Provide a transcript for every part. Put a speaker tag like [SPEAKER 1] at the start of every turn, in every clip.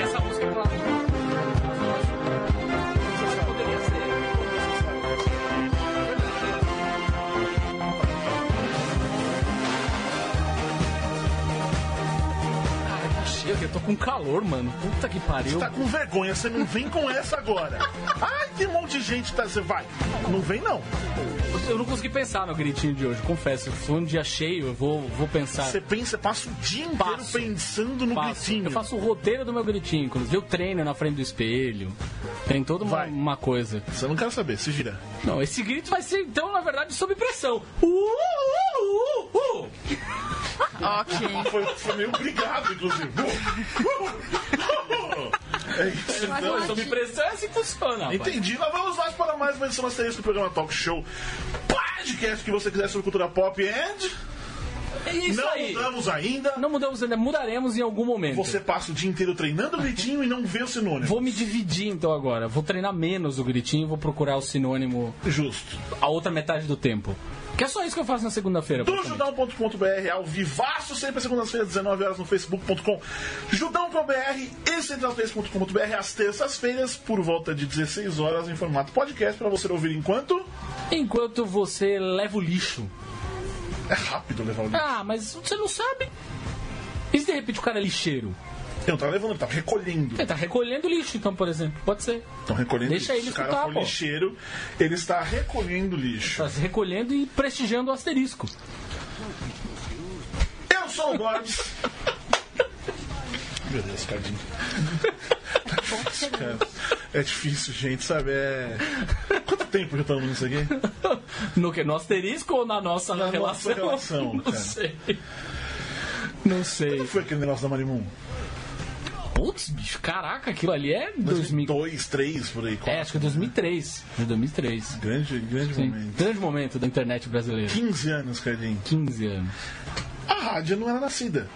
[SPEAKER 1] Essa
[SPEAKER 2] é
[SPEAKER 1] música que ela Sensacional. poderia ser. Chega, eu tô com calor, mano. Puta que pariu.
[SPEAKER 2] Você tá com vergonha, você não vem com essa agora. Ai, que monte de gente tá. Você vai. Não vem, não.
[SPEAKER 1] Eu não consegui pensar no gritinho de hoje, confesso. Se for um dia cheio, eu vou, vou pensar.
[SPEAKER 2] Você pensa, passa o dia inteiro
[SPEAKER 1] Passo.
[SPEAKER 2] pensando no
[SPEAKER 1] Faço.
[SPEAKER 2] gritinho.
[SPEAKER 1] Eu faço o roteiro do meu gritinho, inclusive eu treino na frente do espelho. Tem toda uma,
[SPEAKER 2] Vai.
[SPEAKER 1] uma coisa.
[SPEAKER 2] Você não quer saber, se gira.
[SPEAKER 1] Não, esse grito vai ser então, na verdade, sob pressão. Uh, uh, uh, uh.
[SPEAKER 3] Ok.
[SPEAKER 2] Foi, foi meio obrigado, inclusive. Uh, É isso.
[SPEAKER 3] Mas
[SPEAKER 1] Não,
[SPEAKER 3] eu
[SPEAKER 1] sob
[SPEAKER 3] acho-
[SPEAKER 1] pressão é assim que funciona. rapaz.
[SPEAKER 2] Entendi. Lá vamos nós para mais uma edição asterisco do programa Talk Show. Podcast que você quiser sobre cultura pop and
[SPEAKER 1] É isso
[SPEAKER 2] não
[SPEAKER 1] aí.
[SPEAKER 2] mudamos ainda.
[SPEAKER 1] Não mudamos ainda, mudaremos em algum momento.
[SPEAKER 2] Você passa o dia inteiro treinando o gritinho e não vê o sinônimo.
[SPEAKER 1] Vou me dividir então agora. Vou treinar menos o gritinho, vou procurar o sinônimo
[SPEAKER 2] Justo.
[SPEAKER 1] a outra metade do tempo. Que é só isso que eu faço na segunda-feira. basicamente.
[SPEAKER 2] Dojudão.com.br ao vivaço, sempre às segundas-feiras, 19 horas no facebook.com judão.br e centralspace.com.br às terças-feiras, por volta de 16 horas, em formato podcast, para você ouvir enquanto...
[SPEAKER 1] Enquanto você leva o lixo.
[SPEAKER 2] É rápido levar o livro.
[SPEAKER 1] Ah, mas você não sabe. E se de repente o cara é lixeiro?
[SPEAKER 2] Eu não tava levando, eu tava recolhendo.
[SPEAKER 1] Ele tá recolhendo lixo, então, por exemplo. Pode ser.
[SPEAKER 2] Estão recolhendo
[SPEAKER 1] Deixa
[SPEAKER 2] lixo.
[SPEAKER 1] ele
[SPEAKER 2] Se o cara
[SPEAKER 1] escutar,
[SPEAKER 2] for
[SPEAKER 1] pô.
[SPEAKER 2] lixeiro, ele está recolhendo lixo.
[SPEAKER 1] Tá se recolhendo e prestigiando o asterisco.
[SPEAKER 2] Eu sou o Borbs. Meu Deus, Cardinho. Cara, é difícil, gente, sabe? É... Quanto tempo já estamos nisso aqui?
[SPEAKER 1] No que? No asterisco ou na nossa
[SPEAKER 2] Na nossa
[SPEAKER 1] relação?
[SPEAKER 2] relação,
[SPEAKER 1] não
[SPEAKER 2] cara.
[SPEAKER 1] sei. Não sei.
[SPEAKER 2] Foi aquele negócio da Marimun?
[SPEAKER 1] Putz, bicho, caraca, aquilo ali é 2000.
[SPEAKER 2] 2002, 3, por aí.
[SPEAKER 1] É, acho que é 2003. De 2003.
[SPEAKER 2] Grande, grande
[SPEAKER 1] Sim.
[SPEAKER 2] momento.
[SPEAKER 1] Grande momento da internet brasileira.
[SPEAKER 2] 15 anos, Cardinho.
[SPEAKER 1] 15 anos.
[SPEAKER 2] A rádio não era nascida.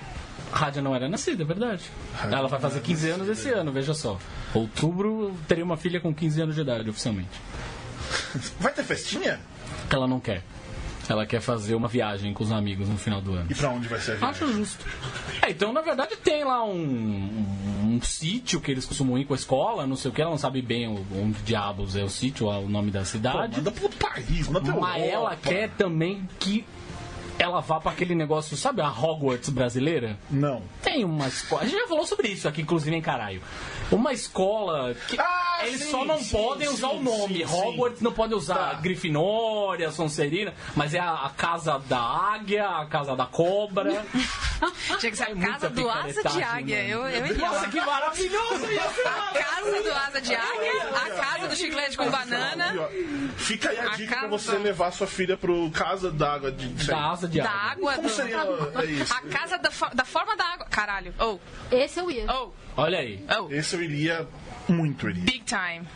[SPEAKER 1] A Rádio não era nascida, é verdade.
[SPEAKER 2] Rádio
[SPEAKER 1] Ela vai fazer
[SPEAKER 2] não era
[SPEAKER 1] 15 anos esse ano, veja só. Outubro eu teria uma filha com 15 anos de idade, oficialmente.
[SPEAKER 2] Vai ter festinha?
[SPEAKER 1] Que ela não quer. Ela quer fazer uma viagem com os amigos no final do ano.
[SPEAKER 2] E pra onde vai ser a viagem?
[SPEAKER 1] Acho justo. É, então, na verdade, tem lá um, um, um sítio que eles costumam ir com a escola, não sei o que, ela não sabe bem o- onde diabos é o sítio, lá o nome da
[SPEAKER 2] Pô, um
[SPEAKER 1] cidade.
[SPEAKER 2] manda pro país, manda pra
[SPEAKER 1] Mas ela
[SPEAKER 2] Europa.
[SPEAKER 1] quer também que ela vá pra aquele negócio, sabe a Hogwarts brasileira?
[SPEAKER 2] Não.
[SPEAKER 1] Tem uma escola. A gente já falou sobre isso aqui, inclusive, em caralho. Uma escola que.
[SPEAKER 2] Ah,
[SPEAKER 1] eles
[SPEAKER 2] sim,
[SPEAKER 1] só não
[SPEAKER 2] sim,
[SPEAKER 1] podem
[SPEAKER 2] sim,
[SPEAKER 1] usar o nome.
[SPEAKER 2] sim, sim.
[SPEAKER 1] Hogwarts não pode usar
[SPEAKER 2] Tá.
[SPEAKER 1] Grifinória, Sonserina, mas é a, a casa da águia, a casa da cobra.
[SPEAKER 3] Tinha que ser
[SPEAKER 1] É
[SPEAKER 3] a
[SPEAKER 1] muita
[SPEAKER 3] casa do asa de
[SPEAKER 1] picaretagem,
[SPEAKER 3] águia.
[SPEAKER 1] mano.
[SPEAKER 3] Eu, eu iria
[SPEAKER 1] Nossa,
[SPEAKER 3] lá.
[SPEAKER 1] que maravilhoso! ia ser.
[SPEAKER 3] A casa do asa de águia, a casa do chiclete com banana,
[SPEAKER 2] Fica aí a,
[SPEAKER 3] A
[SPEAKER 2] dica pra
[SPEAKER 3] casa-
[SPEAKER 2] você levar sua filha pro Casa d'Água de...
[SPEAKER 1] Da asa de
[SPEAKER 3] da
[SPEAKER 1] águia.
[SPEAKER 3] água
[SPEAKER 2] Como
[SPEAKER 3] do...
[SPEAKER 2] seria é isso?
[SPEAKER 3] A casa da, fo- da forma da água. Caralho. Oh,
[SPEAKER 4] Esse eu ia.
[SPEAKER 3] oh,
[SPEAKER 1] Olha aí.
[SPEAKER 3] oh.
[SPEAKER 2] Esse eu iria muito, iria.
[SPEAKER 3] Big time.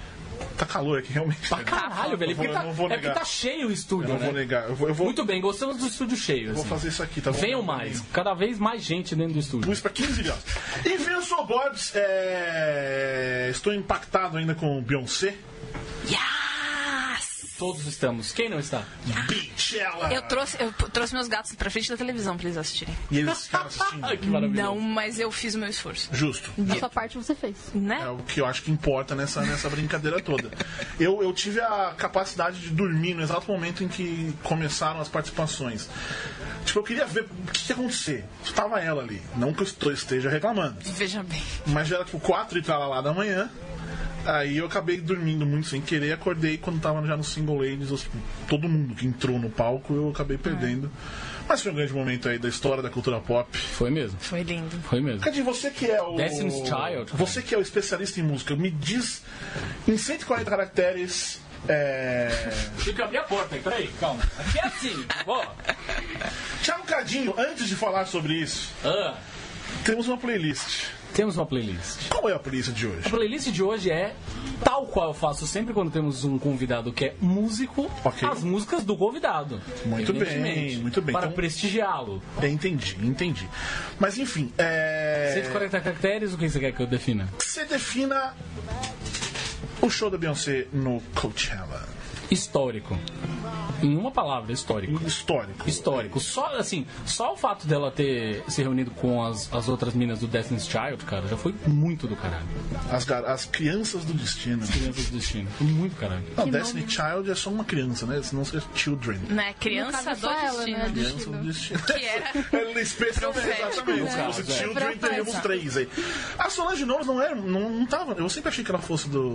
[SPEAKER 2] Tá calor aqui, realmente.
[SPEAKER 1] Pra caralho, velho.
[SPEAKER 2] Eu
[SPEAKER 1] Porque
[SPEAKER 2] vou-
[SPEAKER 1] tá,
[SPEAKER 2] eu não vou
[SPEAKER 1] é porque
[SPEAKER 2] negar.
[SPEAKER 1] tá cheio o
[SPEAKER 2] Eu
[SPEAKER 1] estúdio,
[SPEAKER 2] não
[SPEAKER 1] né?
[SPEAKER 2] vou negar. Eu vou, eu vou,
[SPEAKER 1] Muito bem, gostamos do estúdio cheio.
[SPEAKER 2] vou
[SPEAKER 1] assim.
[SPEAKER 2] fazer isso aqui, tá bom?
[SPEAKER 1] Venham mais, cada vez mais gente dentro do estúdio.
[SPEAKER 2] Pus pra 15 milhões. Enfim, eu sou o Borbs. é, Estou impactado ainda com o Beyoncé.
[SPEAKER 3] Yes!
[SPEAKER 1] Todos estamos. Quem não está?
[SPEAKER 2] Bichela!
[SPEAKER 3] Eu trouxe, eu p- trouxe meus gatos pra frente da televisão pra eles assistirem.
[SPEAKER 2] E eles ficaram
[SPEAKER 1] Ai,
[SPEAKER 2] assistindo.
[SPEAKER 1] que maravilha.
[SPEAKER 3] Não, mas eu fiz o meu esforço.
[SPEAKER 2] Justo.
[SPEAKER 4] A sua parte você fez.
[SPEAKER 3] Né?
[SPEAKER 2] É o que eu acho que importa nessa, nessa brincadeira toda. Eu, eu tive a capacidade de dormir no exato momento em que começaram as participações. Tipo, eu queria ver o que ia acontecer. Estava ela ali. Não que eu estou- esteja reclamando.
[SPEAKER 3] Veja bem.
[SPEAKER 2] Mas já era tipo 4 e lá da manhã. Aí eu acabei dormindo muito sem querer, acordei quando tava já no single ladies, os- todo mundo que entrou no palco, eu acabei perdendo. Mas foi um grande momento aí da história da cultura pop.
[SPEAKER 1] Foi mesmo,
[SPEAKER 3] Foi lindo.
[SPEAKER 1] foi mesmo.
[SPEAKER 2] Cadê você que é o.
[SPEAKER 1] Destiny's Child.
[SPEAKER 2] Você que é o especialista em música, me diz em 140 caracteres. É...
[SPEAKER 1] Tem que abrir a porta aí, peraí, calma. Aqui é assim, ó.
[SPEAKER 2] Tiago Cadinho, antes de falar sobre isso,
[SPEAKER 1] Ah,
[SPEAKER 2] temos uma playlist.
[SPEAKER 1] temos uma playlist.
[SPEAKER 2] Qual é a playlist de hoje?
[SPEAKER 1] A playlist de hoje é tal qual eu faço sempre quando temos um convidado que é músico,
[SPEAKER 2] Ok.
[SPEAKER 1] as músicas do convidado.
[SPEAKER 2] Muito bem,
[SPEAKER 1] evidentemente,
[SPEAKER 2] muito bem.
[SPEAKER 1] Para
[SPEAKER 2] Então-
[SPEAKER 1] prestigiá-lo.
[SPEAKER 2] É, entendi, entendi. Mas enfim, é...
[SPEAKER 1] 140 caracteres, o que você quer que eu defina?
[SPEAKER 2] você defina o show da Beyoncé no Coachella.
[SPEAKER 1] Histórico. Em uma palavra, histórico.
[SPEAKER 2] Histórico.
[SPEAKER 1] Histórico. Só, assim, só o fato dela ter se reunido com as, as outras minas do Destiny's Child, cara, já foi muito do caralho.
[SPEAKER 2] As, gar- as crianças do destino.
[SPEAKER 1] Crianças do Destino. Foi muito caralho.
[SPEAKER 2] Não,
[SPEAKER 4] Que
[SPEAKER 2] Destiny
[SPEAKER 4] nome.
[SPEAKER 2] Child é só uma criança, né? Senão seria Children.
[SPEAKER 3] Né? Criança
[SPEAKER 4] No caso,
[SPEAKER 3] do
[SPEAKER 4] só ela,
[SPEAKER 3] destino.
[SPEAKER 4] né?
[SPEAKER 2] Criança do
[SPEAKER 4] Destino.
[SPEAKER 2] destino.
[SPEAKER 3] Que era.
[SPEAKER 2] Ela especial
[SPEAKER 3] Profético,
[SPEAKER 2] exatamente.
[SPEAKER 3] né?
[SPEAKER 2] Se fosse
[SPEAKER 1] Exato, é.
[SPEAKER 2] Children, teríamos
[SPEAKER 3] Profético.
[SPEAKER 2] três aí. A Solange Knowles não era. Não, não tava. Eu sempre achei que ela fosse do.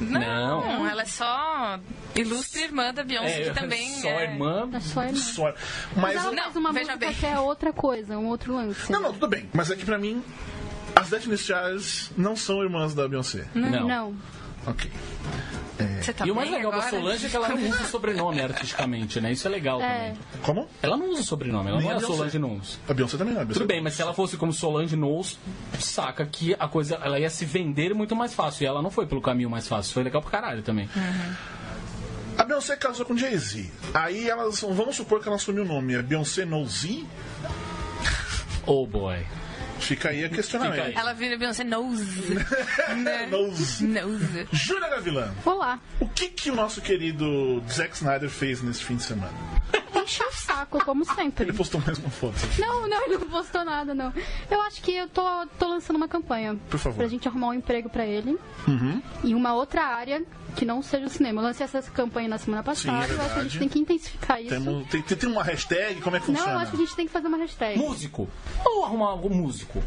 [SPEAKER 4] né?
[SPEAKER 1] Não.
[SPEAKER 3] Não, ela é só ilustre irmã da Beyoncé, que também
[SPEAKER 1] só
[SPEAKER 3] é...
[SPEAKER 1] irmã.
[SPEAKER 4] É só irmã.
[SPEAKER 2] Sora. Mas.
[SPEAKER 4] Mas ela
[SPEAKER 3] Não,
[SPEAKER 4] faz uma
[SPEAKER 3] veja
[SPEAKER 4] música
[SPEAKER 3] bem.
[SPEAKER 4] que é outra coisa, um outro lance.
[SPEAKER 2] Não, não, tudo bem. Mas é que pra mim. As Destiny's Child não são irmãs da Beyoncé.
[SPEAKER 3] Uhum.
[SPEAKER 1] Não.
[SPEAKER 4] Não.
[SPEAKER 2] Ok.
[SPEAKER 3] Você tá
[SPEAKER 1] E o mais
[SPEAKER 3] bem
[SPEAKER 1] legal da
[SPEAKER 3] agora?
[SPEAKER 1] Solange é que ela não usa sobrenome artisticamente, né? Isso é legal
[SPEAKER 4] É.
[SPEAKER 1] também.
[SPEAKER 2] Como?
[SPEAKER 1] Ela não usa sobrenome, ela
[SPEAKER 2] Nem
[SPEAKER 1] não
[SPEAKER 2] a
[SPEAKER 1] é
[SPEAKER 2] Beyoncé.
[SPEAKER 1] Solange Nunes.
[SPEAKER 2] A Beyoncé também não. a Beyoncé-
[SPEAKER 1] Tudo bem, mas se ela fosse como Solange Knowles, saca que a coisa ela ia se vender muito mais fácil. E ela não foi pelo caminho mais fácil, foi legal pra caralho também.
[SPEAKER 4] É.
[SPEAKER 2] A Beyoncé casou com Jay-Z. Aí elas. Vamos supor que ela assumiu o nome. É Beyoncé No Z?
[SPEAKER 1] Oh boy.
[SPEAKER 2] Fica aí a questionamento.
[SPEAKER 1] Fica
[SPEAKER 3] Ela vira Beyoncé Nose. né?
[SPEAKER 2] Nose.
[SPEAKER 3] Nose.
[SPEAKER 2] Júlia Gavilã,
[SPEAKER 4] Olá.
[SPEAKER 2] o que, que o nosso querido Zack Snyder fez nesse fim de semana?
[SPEAKER 4] Enche o saco, como sempre.
[SPEAKER 2] Ele postou mais uma foto.
[SPEAKER 4] Não, não, ele não postou nada, não. Eu acho que eu tô, tô lançando uma campanha.
[SPEAKER 2] Por favor. Uhum.
[SPEAKER 4] Pra gente arrumar um emprego pra ele. Em uma outra área que não seja o cinema. Eu lancei essa campanha na semana passada. eu acho que a
[SPEAKER 2] é verdade.
[SPEAKER 4] gente tem que intensificar isso.
[SPEAKER 2] Temos, tem, tem tem uma hashtag? Como é que
[SPEAKER 4] Não, eu
[SPEAKER 2] funciona?
[SPEAKER 4] acho que a gente tem que fazer uma hashtag.
[SPEAKER 1] Músico. Vamos arrumar algum músico.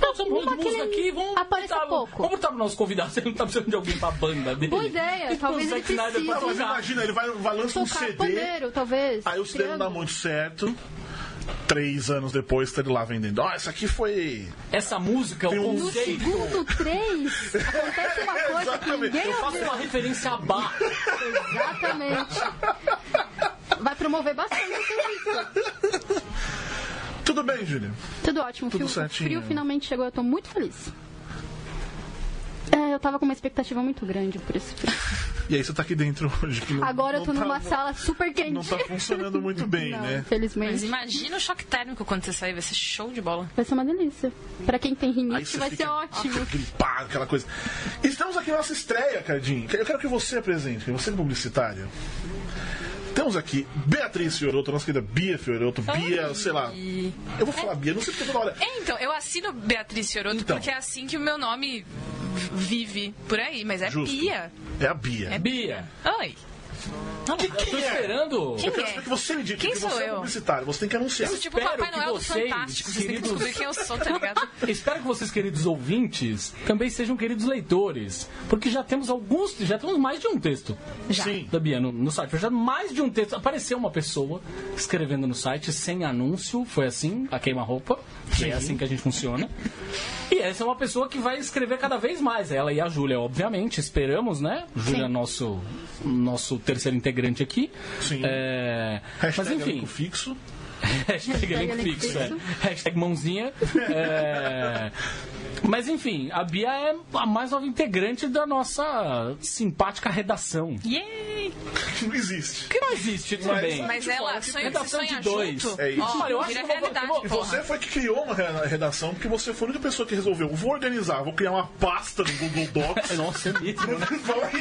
[SPEAKER 1] Nós estamos falando de
[SPEAKER 4] aquele-
[SPEAKER 1] música aqui, vamos
[SPEAKER 4] apareça
[SPEAKER 1] botar,
[SPEAKER 4] pouco.
[SPEAKER 1] vamos botar pro nosso convidado, você não tá precisando de alguém pra banda dele.
[SPEAKER 4] Boa
[SPEAKER 1] Tem
[SPEAKER 4] ideia,
[SPEAKER 1] que
[SPEAKER 4] é, talvez
[SPEAKER 1] pôr o
[SPEAKER 4] ele
[SPEAKER 1] Zack Snyder pra
[SPEAKER 4] precise.
[SPEAKER 2] Não, mas
[SPEAKER 1] tocar.
[SPEAKER 2] imagina, ele vai, vai lança um
[SPEAKER 4] Tocar
[SPEAKER 2] CD,
[SPEAKER 4] pandeiro, talvez.
[SPEAKER 2] aí o CD não dá
[SPEAKER 4] triângulo.
[SPEAKER 2] muito certo. Três anos depois, tá ele lá vendendo. Ó, essa aqui foi.
[SPEAKER 1] Essa música,
[SPEAKER 2] Tem
[SPEAKER 1] o
[SPEAKER 2] um
[SPEAKER 4] No
[SPEAKER 1] conceito.
[SPEAKER 4] segundo três, acontece uma coisa que
[SPEAKER 2] Exatamente.
[SPEAKER 4] ninguém
[SPEAKER 1] Eu faço
[SPEAKER 4] ouviu.
[SPEAKER 1] uma referência a bar.
[SPEAKER 4] Exatamente. Vai promover bastante essa lista.
[SPEAKER 2] Tudo bem, Júlia.
[SPEAKER 4] Tudo ótimo.
[SPEAKER 2] Tudo
[SPEAKER 4] o frio, o
[SPEAKER 2] certinho.
[SPEAKER 4] frio finalmente chegou, eu tô muito feliz. É, eu tava com uma expectativa muito grande por esse frio.
[SPEAKER 2] E aí, você tá aqui dentro hoje. que não-
[SPEAKER 4] Agora eu
[SPEAKER 2] não
[SPEAKER 4] tô
[SPEAKER 2] tá-
[SPEAKER 4] numa sala super quente.
[SPEAKER 2] Não tá funcionando muito bem,
[SPEAKER 4] Não,
[SPEAKER 2] né?
[SPEAKER 3] Mas
[SPEAKER 4] Infelizmente.
[SPEAKER 3] imagina o choque térmico quando você sair, vai ser show de bola.
[SPEAKER 4] Vai ser uma delícia. Pra quem tem
[SPEAKER 2] Aí
[SPEAKER 4] rinite,
[SPEAKER 2] você
[SPEAKER 4] vai
[SPEAKER 2] fica-
[SPEAKER 4] ser ótimo.
[SPEAKER 2] fica gripado, aquela coisa. Estamos aqui na nossa estreia, Cardinho. Eu quero que você apresente, você é publicitária. Temos aqui Beatriz Fioroto, nossa querida Bia Fioroto. Bia, sei lá. Eu vou falar Bia, não sei porque toda hora.
[SPEAKER 3] É, então, eu assino Beatriz Fioroto
[SPEAKER 2] Então.
[SPEAKER 3] porque é assim que o meu nome vive por aí, mas é
[SPEAKER 2] Justo.
[SPEAKER 3] Pia.
[SPEAKER 2] É a Bia.
[SPEAKER 1] Bia,
[SPEAKER 3] Oi.
[SPEAKER 2] Que-
[SPEAKER 1] eu tô
[SPEAKER 2] quem é?
[SPEAKER 1] esperando.
[SPEAKER 2] Eu quero saber que você me diga
[SPEAKER 3] Quem
[SPEAKER 2] que você
[SPEAKER 3] sou
[SPEAKER 2] é
[SPEAKER 3] eu?
[SPEAKER 2] publicitária. Você tem que anunciar.
[SPEAKER 3] Isso é tipo o
[SPEAKER 1] espero
[SPEAKER 3] Papai
[SPEAKER 1] que
[SPEAKER 3] Noel do
[SPEAKER 1] vocês,
[SPEAKER 3] Fantástico. Vocês têm que
[SPEAKER 1] queridos-
[SPEAKER 3] descobrir quem eu sou, tá ligado?
[SPEAKER 1] Espero que vocês, queridos ouvintes, também sejam queridos leitores, porque já temos alguns, já temos mais de um texto.
[SPEAKER 2] Sim.
[SPEAKER 1] Da Bia, no, no site, já mais de um texto. Apareceu uma pessoa escrevendo no site sem anúncio, foi assim, a queima-roupa, que é assim que a gente funciona. E essa é uma pessoa que vai escrever cada vez mais, ela e a Júlia, obviamente, esperamos, né? Júlia é nosso, nosso terceiro integrante aqui.
[SPEAKER 2] Sim.
[SPEAKER 1] É, Mas
[SPEAKER 2] Hashtag
[SPEAKER 1] enfim.
[SPEAKER 2] elenco fixo.
[SPEAKER 1] Hashtag link
[SPEAKER 4] elenco
[SPEAKER 1] fixo, é.
[SPEAKER 4] fixo.
[SPEAKER 1] Hashtag mãozinha. É. Mas enfim, a Bia é a mais nova integrante da nossa simpática redação.
[SPEAKER 3] Yay!
[SPEAKER 2] que Não existe.
[SPEAKER 1] Que não existe também.
[SPEAKER 3] Mas ela, sonha, você
[SPEAKER 1] redação
[SPEAKER 3] sonha
[SPEAKER 1] Tipo, é de dois.
[SPEAKER 3] junto.
[SPEAKER 2] É isso.
[SPEAKER 3] Ó,
[SPEAKER 1] Olha, eu acho
[SPEAKER 3] vira
[SPEAKER 1] que eu vou-
[SPEAKER 3] realidade,
[SPEAKER 1] eu vou-
[SPEAKER 2] E
[SPEAKER 3] porra.
[SPEAKER 2] você foi que criou uma re- redação, porque você foi a única pessoa que resolveu. Vou organizar, vou criar uma pasta no Google Docs.
[SPEAKER 1] Nossa, é mesmo, né?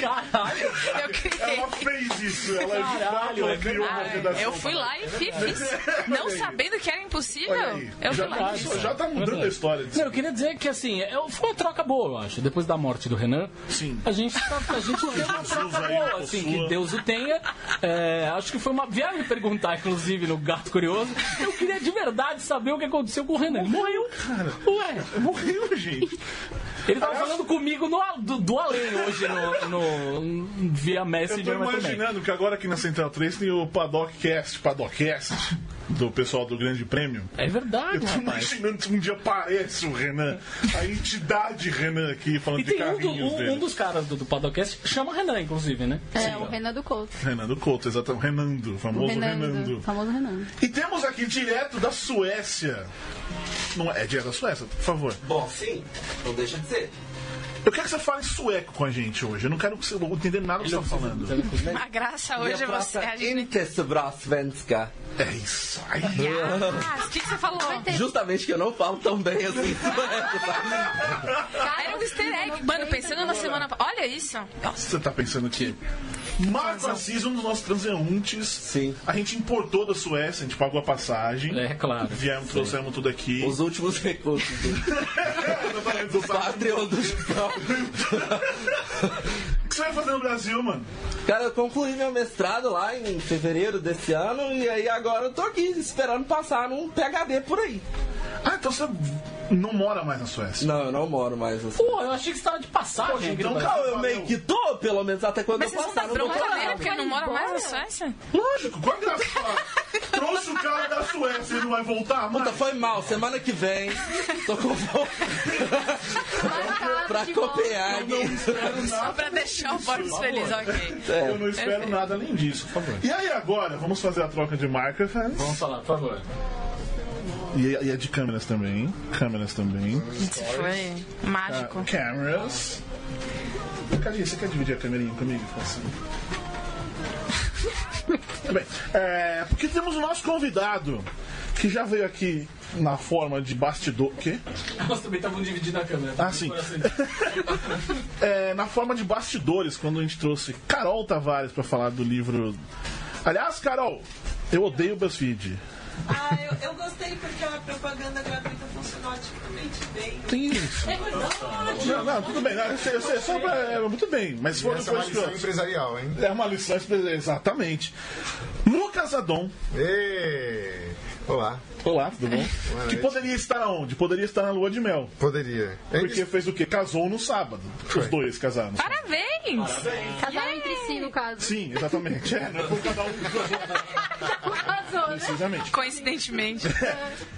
[SPEAKER 1] Caralho.
[SPEAKER 3] Eu criei.
[SPEAKER 2] Ela fez isso, ela é de
[SPEAKER 1] Caralho,
[SPEAKER 2] fato, ela
[SPEAKER 1] é
[SPEAKER 2] criou É uma
[SPEAKER 1] verdade.
[SPEAKER 2] redação.
[SPEAKER 3] Eu fui lá e fiz, fiz. Não sabendo que era impossível,
[SPEAKER 2] Olha aí.
[SPEAKER 3] eu
[SPEAKER 2] já,
[SPEAKER 3] fui lá. e
[SPEAKER 2] tá-
[SPEAKER 3] fiz.
[SPEAKER 2] já tá mudando a história disso.
[SPEAKER 1] Não, eu queria dizer que assim, eu- foi uma troca boa, eu acho. Depois da morte do Renan,
[SPEAKER 2] Sim.
[SPEAKER 1] a gente tá, a gente teve uma
[SPEAKER 2] Jesus
[SPEAKER 1] troca
[SPEAKER 2] aí,
[SPEAKER 1] boa, assim,
[SPEAKER 2] possua.
[SPEAKER 1] que Deus o tenha. É, acho que foi uma viagem me perguntar, inclusive, no Gato Curioso. Eu queria de verdade saber o que aconteceu com o Renan. Ele morreu, Ué,
[SPEAKER 2] Morreu, gente.
[SPEAKER 1] ele tava falando comigo no, a- do, do além hoje no, no- via
[SPEAKER 2] Eu tô
[SPEAKER 1] Messenger, mas também.
[SPEAKER 2] imaginando que agora aqui na Central 3 tem o Paddockcast, Paddockcast, do pessoal do Grande Prêmio.
[SPEAKER 1] É verdade,
[SPEAKER 2] Eu tô
[SPEAKER 1] rapaz.
[SPEAKER 2] imaginando que um dia aparece o Renan, a entidade Renan aqui, falando
[SPEAKER 1] E
[SPEAKER 2] de
[SPEAKER 1] tem um, do-
[SPEAKER 2] carrinhos
[SPEAKER 1] um-
[SPEAKER 2] dele.
[SPEAKER 1] um dos caras do, do Padocast chama Renan, inclusive, né?
[SPEAKER 4] É, o Renan do Couto.
[SPEAKER 2] Renando Couto, exatamente. Renando, famoso Renando.
[SPEAKER 4] Famoso Renan.
[SPEAKER 2] E temos aqui direto da Suécia. Não é, é direto da Suécia, por favor.
[SPEAKER 5] Bom, sim, não deixa de ser.
[SPEAKER 2] Eu quero que você fale sueco com a gente hoje. Eu não quero que você, eu vou entender nada do que
[SPEAKER 1] é
[SPEAKER 2] você está falando.
[SPEAKER 3] A graça hoje é
[SPEAKER 5] Jag
[SPEAKER 3] você. A
[SPEAKER 5] pratar
[SPEAKER 3] gente...
[SPEAKER 5] inte så bra svenska.
[SPEAKER 2] É isso aí.
[SPEAKER 3] Ah, o que, que você falou?
[SPEAKER 5] Justamente que eu não falo tão bem assim sueco, sabe?
[SPEAKER 3] Era um easter egg. Mano, pensando na semana... Olha isso.
[SPEAKER 2] Você tá pensando que Marco Assis, um dos nossos transeuntes.
[SPEAKER 5] Sim.
[SPEAKER 2] A gente importou da Suécia, a gente pagou a passagem.
[SPEAKER 1] É, claro.
[SPEAKER 2] Viemos, trouxemos tudo aqui. É,
[SPEAKER 5] Os últimos recursos do
[SPEAKER 2] Os...
[SPEAKER 5] Patreon do Japão.
[SPEAKER 2] O que você vai fazer no Brasil, mano?
[SPEAKER 5] Cara, eu concluí meu mestrado lá em fevereiro desse ano e aí agora eu tô aqui esperando passar num PHD por aí.
[SPEAKER 2] Ah, então você não mora mais na Suécia.
[SPEAKER 5] Não, eu não moro mais assim.
[SPEAKER 1] Pô, eu achei que você tava de passagem.
[SPEAKER 2] então
[SPEAKER 1] Grilo.
[SPEAKER 2] calma.
[SPEAKER 5] Não, eu meio que tô, pelo menos até quando
[SPEAKER 3] Mas
[SPEAKER 5] eu
[SPEAKER 3] vocês não
[SPEAKER 5] passar
[SPEAKER 3] dão
[SPEAKER 5] no doutorado.
[SPEAKER 3] bronca nele porque não mora mais na Suécia?
[SPEAKER 2] Lógico, qual é a graça? Trouxe o cara da Suécia, ele não vai voltar, mano.
[SPEAKER 5] Puta, foi mal. Semana que vem, tô com
[SPEAKER 3] tá
[SPEAKER 5] pra Copenhague.
[SPEAKER 3] Só pra deixar o Boris feliz, ok.
[SPEAKER 2] Eu não espero nada além disso, por favor. E aí agora, vamos fazer a troca de microfones.
[SPEAKER 1] Vamos falar, por favor.
[SPEAKER 2] E, e a de câmeras também. Câmeras também.
[SPEAKER 3] Isso foi mágico.
[SPEAKER 2] Câmeras. Cadinho, você quer dividir a câmerinha comigo? Assim? Bem, é, porque temos o nosso convidado, que já veio aqui na forma de bastidor. Quê?
[SPEAKER 1] Nós também estavam dividindo a câmera. tá?
[SPEAKER 2] Ah, sim. É, na forma de bastidores, quando a gente trouxe Carol Tavares pra falar do livro. Aliás, Carol, eu odeio o BuzzFeed.
[SPEAKER 6] Ah, eu, eu gostei porque a propaganda gratuita funcionou tipicamente bem.
[SPEAKER 2] Tem isso.
[SPEAKER 6] É verdade.
[SPEAKER 2] Não, não, tudo bem. não, eu sei, eu sei, só pra, é, muito bem. Mas se for
[SPEAKER 7] Essa é
[SPEAKER 2] depois
[SPEAKER 7] uma
[SPEAKER 2] que
[SPEAKER 7] lição
[SPEAKER 2] eu.
[SPEAKER 7] empresarial, hein?
[SPEAKER 2] É uma lição especial, exatamente. Lucas Adon,
[SPEAKER 7] Ê! Olá.
[SPEAKER 2] olá, tudo bom? que poderia estar aonde? Poderia estar na lua de mel.
[SPEAKER 7] Poderia.
[SPEAKER 2] Porque fez o quê? Casou no sábado. Os
[SPEAKER 7] Foi.
[SPEAKER 2] dois casaram.
[SPEAKER 3] Parabéns!
[SPEAKER 4] Casaram entre si, no caso.
[SPEAKER 2] Sim, exatamente. É, não foi cada um
[SPEAKER 4] Casou, né?
[SPEAKER 2] precisamente.
[SPEAKER 3] Coincidentemente.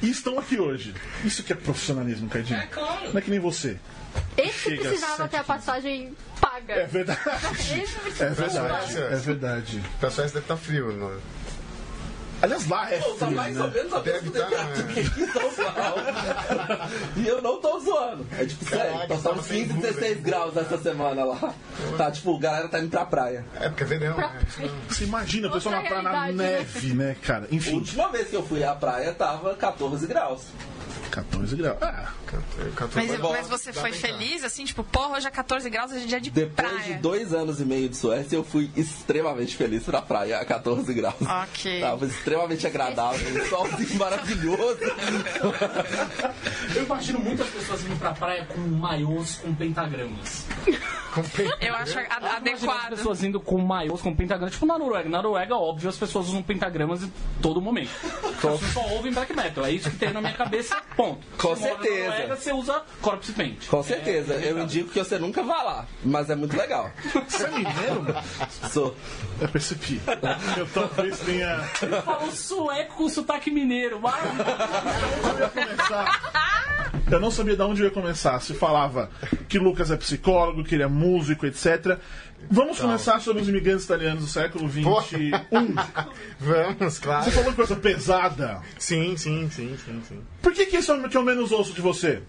[SPEAKER 2] E estão aqui hoje. Isso que é profissionalismo, Cardinho. É claro. Não é que nem você.
[SPEAKER 4] Esse
[SPEAKER 2] Chega,
[SPEAKER 4] precisava
[SPEAKER 2] sete
[SPEAKER 4] ter a passagem paga.
[SPEAKER 2] É verdade.
[SPEAKER 4] Esse
[SPEAKER 2] É
[SPEAKER 4] precisava.
[SPEAKER 2] verdade. É verdade.
[SPEAKER 7] O pessoal deve estar frio. Não. é?
[SPEAKER 2] Aliás, lá é
[SPEAKER 5] Tá
[SPEAKER 2] frio,
[SPEAKER 5] mais ou
[SPEAKER 2] né?
[SPEAKER 5] menos a
[SPEAKER 7] Deve tá, né?
[SPEAKER 5] mesma
[SPEAKER 7] estar.
[SPEAKER 5] temperatura que aqui em São Paulo. E eu não tô zoando. É tipo, sério,
[SPEAKER 7] Caraca,
[SPEAKER 5] passaram
[SPEAKER 7] tava sem
[SPEAKER 5] 15, 16
[SPEAKER 7] nuvem.
[SPEAKER 5] graus essa semana lá. Tá, tipo, a galera tá indo pra praia.
[SPEAKER 7] É porque é verão, né?
[SPEAKER 2] Você imagina, o pessoal na
[SPEAKER 4] Outra
[SPEAKER 2] praia na
[SPEAKER 4] realidade,
[SPEAKER 2] neve, né, cara?
[SPEAKER 5] A
[SPEAKER 2] Enfim,
[SPEAKER 5] última vez que eu fui à praia tava 14 graus.
[SPEAKER 2] 14 graus. Ah,
[SPEAKER 3] Mas,
[SPEAKER 7] Mas,
[SPEAKER 3] mas você foi feliz, assim, tipo, porra, hoje é 14 graus, hoje é dia de
[SPEAKER 5] Depois
[SPEAKER 3] praia.
[SPEAKER 5] de dois anos e meio de Suécia, eu fui extremamente feliz pra praia a 14 graus.
[SPEAKER 3] Ok.
[SPEAKER 5] Tava extremamente agradável, um solzinho maravilhoso.
[SPEAKER 1] Eu imagino muitas pessoas indo pra praia com maiôs com pentagramas.
[SPEAKER 3] Eu acho a-
[SPEAKER 1] Imagina as
[SPEAKER 3] adequado.
[SPEAKER 1] pessoas indo com maiôs com pentagramas. Tipo na Noruega. Na Noruega, óbvio, as pessoas usam pentagramas em todo momento. As pessoas só ouvem black metal. É isso que tem na minha cabeça, ponto.
[SPEAKER 5] Com
[SPEAKER 1] Você mora
[SPEAKER 5] certeza.
[SPEAKER 1] Na Noruega, você usa corpse paint.
[SPEAKER 5] Com certeza, eu indico que você nunca vá lá, mas é muito legal.
[SPEAKER 2] você é mineiro, mano?
[SPEAKER 5] Sou.
[SPEAKER 2] Eu percebi. Eu talvez tenha.
[SPEAKER 1] Falou sueco com sotaque mineiro. Mas...
[SPEAKER 2] Eu ia começar. Eu não sabia de onde eu ia começar. Se falava que Lucas é psicólogo, que ele é músico, etc. Vamos começar sobre os imigrantes italianos do século XXI.
[SPEAKER 7] Vamos, claro.
[SPEAKER 2] Você falou coisa pesada.
[SPEAKER 7] Sim, sim, sim, sim, sim.
[SPEAKER 2] Por que, que isso é o que eu menos ouço de você?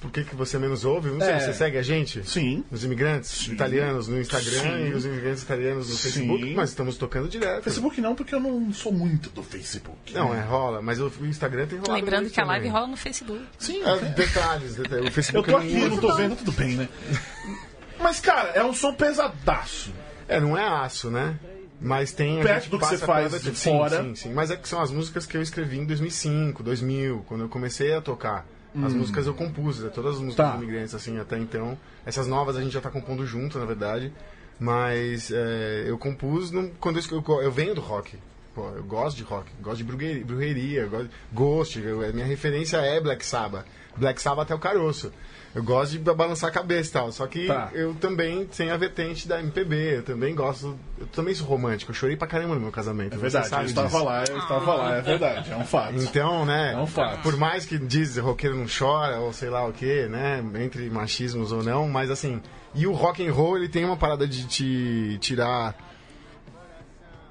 [SPEAKER 7] Por que, que você menos ouve? Não sei,
[SPEAKER 2] É.
[SPEAKER 7] você segue a gente?
[SPEAKER 2] Sim.
[SPEAKER 7] Os imigrantes italianos no Instagram
[SPEAKER 2] Sim.
[SPEAKER 7] e os imigrantes italianos no
[SPEAKER 2] Sim.
[SPEAKER 7] Facebook, nós estamos tocando direto.
[SPEAKER 2] Facebook não, porque eu não sou muito do Facebook.
[SPEAKER 7] Não, é rola, mas o o Instagram tem rolado.
[SPEAKER 3] Lembrando
[SPEAKER 7] muito
[SPEAKER 3] que a live
[SPEAKER 7] também.
[SPEAKER 3] rola no Facebook.
[SPEAKER 2] Sim,
[SPEAKER 7] É, detalhes, detalhes. O
[SPEAKER 2] eu
[SPEAKER 7] Facebook é
[SPEAKER 2] tô
[SPEAKER 7] não
[SPEAKER 2] aqui,
[SPEAKER 7] uso
[SPEAKER 2] não tô vendo, tudo bem, né? Mas, cara, é um som pesadaço.
[SPEAKER 7] É, não é aço, né? Mas tem. a
[SPEAKER 2] Perto
[SPEAKER 7] gente
[SPEAKER 2] do que
[SPEAKER 7] passa
[SPEAKER 2] você faz
[SPEAKER 7] pela-
[SPEAKER 2] de
[SPEAKER 7] sim,
[SPEAKER 2] fora.
[SPEAKER 7] Sim, sim. Mas é que são as músicas que eu escrevi em 2005, 2000, quando eu comecei a tocar. As músicas eu compus, né? todas as músicas
[SPEAKER 2] Hum. Tá.
[SPEAKER 7] dos imigrantes, assim, até então. Essas novas a gente já tá compondo junto, na verdade. Mas é, eu compus num- quando eu, escre- eu, eu venho do rock. Pô, eu gosto de rock, gosto de brugueria, brujeria, eu gosto de Ghost. eu- a minha referência é Black Sabbath. Black Sabbath até o caroço. Eu gosto de ba- balançar a cabeça e tal. Só que
[SPEAKER 2] Tá.
[SPEAKER 7] eu também tenho a vertente da MPB, eu também gosto, eu também sou romântico, eu chorei pra caramba no meu casamento.
[SPEAKER 2] É
[SPEAKER 7] você
[SPEAKER 2] verdade, eu
[SPEAKER 7] sabe
[SPEAKER 2] estava
[SPEAKER 7] disso. Ah.
[SPEAKER 2] lá, eu estava lá, é verdade, é um fato.
[SPEAKER 7] Então, né,
[SPEAKER 2] É um fato.
[SPEAKER 7] por mais que diz roqueiro não chora, ou sei lá o que, né, entre machismos ou não, mas assim, e o rock and roll, ele tem uma parada de te tirar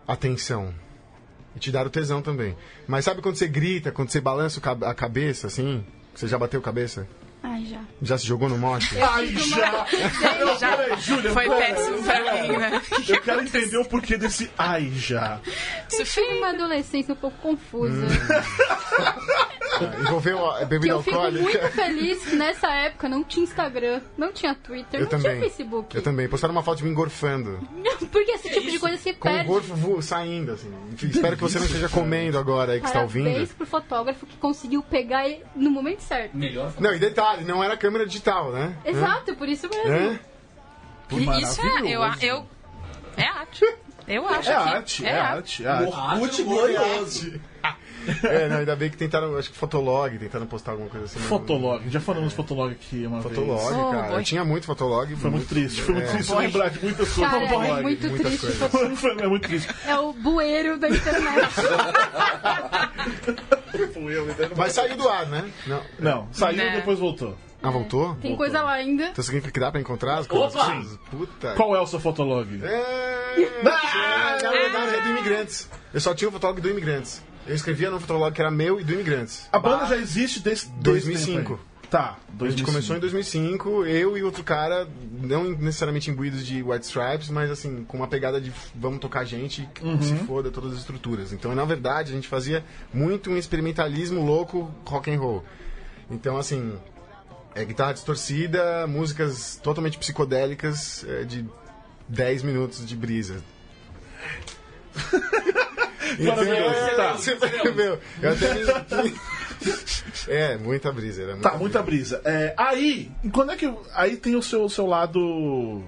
[SPEAKER 7] atenção. E te dar o tesão também. Mas sabe quando você grita, quando você balança o cab- a cabeça, assim? Você já bateu cabeça?
[SPEAKER 4] Ai, já.
[SPEAKER 7] Já se jogou no mote?
[SPEAKER 2] Ai, já! Não, peraí, Júlia,
[SPEAKER 3] Foi
[SPEAKER 2] peraí.
[SPEAKER 3] péssimo pra mim, né?
[SPEAKER 2] Eu quero entender o porquê desse ai já.
[SPEAKER 3] Isso
[SPEAKER 4] Tive uma adolescência um pouco confusa.
[SPEAKER 2] Hum.
[SPEAKER 7] Envolveu a
[SPEAKER 4] Que
[SPEAKER 7] bebida
[SPEAKER 4] eu fico
[SPEAKER 7] alcoólica?
[SPEAKER 4] muito feliz que nessa época não tinha Instagram, não tinha Twitter,
[SPEAKER 7] Eu
[SPEAKER 4] não
[SPEAKER 7] também.
[SPEAKER 4] tinha Facebook.
[SPEAKER 7] Eu também. Postaram uma foto de mim engorfando.
[SPEAKER 4] Porque esse tipo de coisa se
[SPEAKER 7] Com o
[SPEAKER 4] perde.
[SPEAKER 7] gorfo vo- saindo, assim. Enfim, espero que você não esteja comendo agora aí que está ouvindo.
[SPEAKER 4] Parabéns pro fotógrafo que conseguiu pegar ele no momento certo.
[SPEAKER 1] Melhor.
[SPEAKER 7] Não, e detalhe, não era câmera digital, né?
[SPEAKER 4] Exato, por isso mesmo.
[SPEAKER 7] Hã?
[SPEAKER 3] Isso é, eu, a- eu. É arte. Eu acho.
[SPEAKER 2] É
[SPEAKER 3] que-
[SPEAKER 2] arte, é arte, é arte.
[SPEAKER 5] Orkut glorioso.
[SPEAKER 7] É, não, ainda bem que tentaram, acho que Fotolog, tentaram postar alguma coisa assim. mas não-
[SPEAKER 2] Fotolog, já falamos Fotolog aqui uma
[SPEAKER 7] Fotolog,
[SPEAKER 2] vez.
[SPEAKER 3] Oh,
[SPEAKER 7] cara.
[SPEAKER 3] boy.
[SPEAKER 7] Eu tinha muito Fotolog. É.
[SPEAKER 2] Foi muito triste, foi muito triste lembrar de muitas coisas.
[SPEAKER 4] Cara, é
[SPEAKER 2] Fotolog.
[SPEAKER 4] muito
[SPEAKER 7] muitas
[SPEAKER 4] triste.
[SPEAKER 7] coisas.
[SPEAKER 4] tipo,
[SPEAKER 2] Foi- É muito triste.
[SPEAKER 4] É o bueiro da internet.
[SPEAKER 2] né?
[SPEAKER 7] Mas saiu do ar, né? Não.
[SPEAKER 4] É.
[SPEAKER 2] Não, saiu e
[SPEAKER 3] Né.
[SPEAKER 2] depois voltou.
[SPEAKER 7] Ah, voltou?
[SPEAKER 4] Tem
[SPEAKER 7] Voltou.
[SPEAKER 4] coisa lá ainda.
[SPEAKER 7] Então significa que dá pra encontrar as coisas? Sim. Puta.
[SPEAKER 2] Qual Ah! é o seu Fotolog?
[SPEAKER 7] É, na verdade, é do Imigrantes. Eu só tinha o Fotolog do Imigrantes. Eu escrevia no Fotolog que era meu e do Imigrantes.
[SPEAKER 2] A banda já existe desde desde
[SPEAKER 7] 2005.
[SPEAKER 2] tempo aí. Tá,
[SPEAKER 7] A gente
[SPEAKER 2] 2005.
[SPEAKER 7] começou em 2005, eu e outro cara, não necessariamente imbuídos de White Stripes, mas assim, com uma pegada de vamos tocar gente, que se foda todas as estruturas. Então, na verdade, a gente fazia muito um experimentalismo louco rock and roll. Então, assim, é guitarra distorcida, músicas totalmente psicodélicas é, de 10 minutos de brisa. Entendeu?
[SPEAKER 2] Tá.
[SPEAKER 7] Você percebeu? Eu até me- É, muita brisa. Era muita
[SPEAKER 2] Tá, muita brisa. É, aí, quando é que. Aí tem o seu, seu lado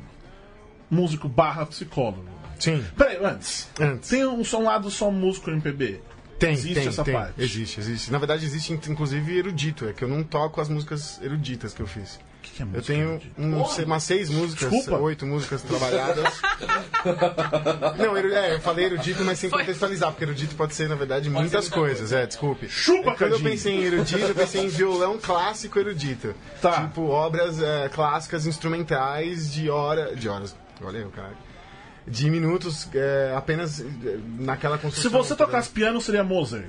[SPEAKER 2] músico barra psicólogo.
[SPEAKER 7] Sim.
[SPEAKER 2] Peraí, antes.
[SPEAKER 7] Antes.
[SPEAKER 2] Tem um, só um lado só músico MPB.
[SPEAKER 7] Tem,
[SPEAKER 2] Existe
[SPEAKER 7] tem,
[SPEAKER 2] essa
[SPEAKER 7] tem.
[SPEAKER 2] parte.
[SPEAKER 7] Existe, existe. Na verdade, existe in- inclusive erudito. É que eu não toco as músicas eruditas que eu fiz.
[SPEAKER 2] O que, que é
[SPEAKER 7] Eu
[SPEAKER 2] música?
[SPEAKER 7] tenho um, se- umas seis músicas,
[SPEAKER 2] Desculpa.
[SPEAKER 7] oito músicas trabalhadas. não, eru- é, eu falei erudito, mas sem contextualizar, porque erudito pode ser, na verdade, muitas coisas. É, desculpe.
[SPEAKER 2] né? Chupa,
[SPEAKER 7] É, Quando eu
[SPEAKER 2] Cadinho.
[SPEAKER 7] pensei em erudito, eu pensei em violão clássico erudito.
[SPEAKER 2] Tá.
[SPEAKER 7] Tipo, obras é, clássicas instrumentais de hora. De horas. Olha eu, cara. De minutos é, apenas é, naquela
[SPEAKER 2] Se
[SPEAKER 7] construção.
[SPEAKER 2] você
[SPEAKER 7] entendeu?
[SPEAKER 2] tocasse piano, seria Mozart.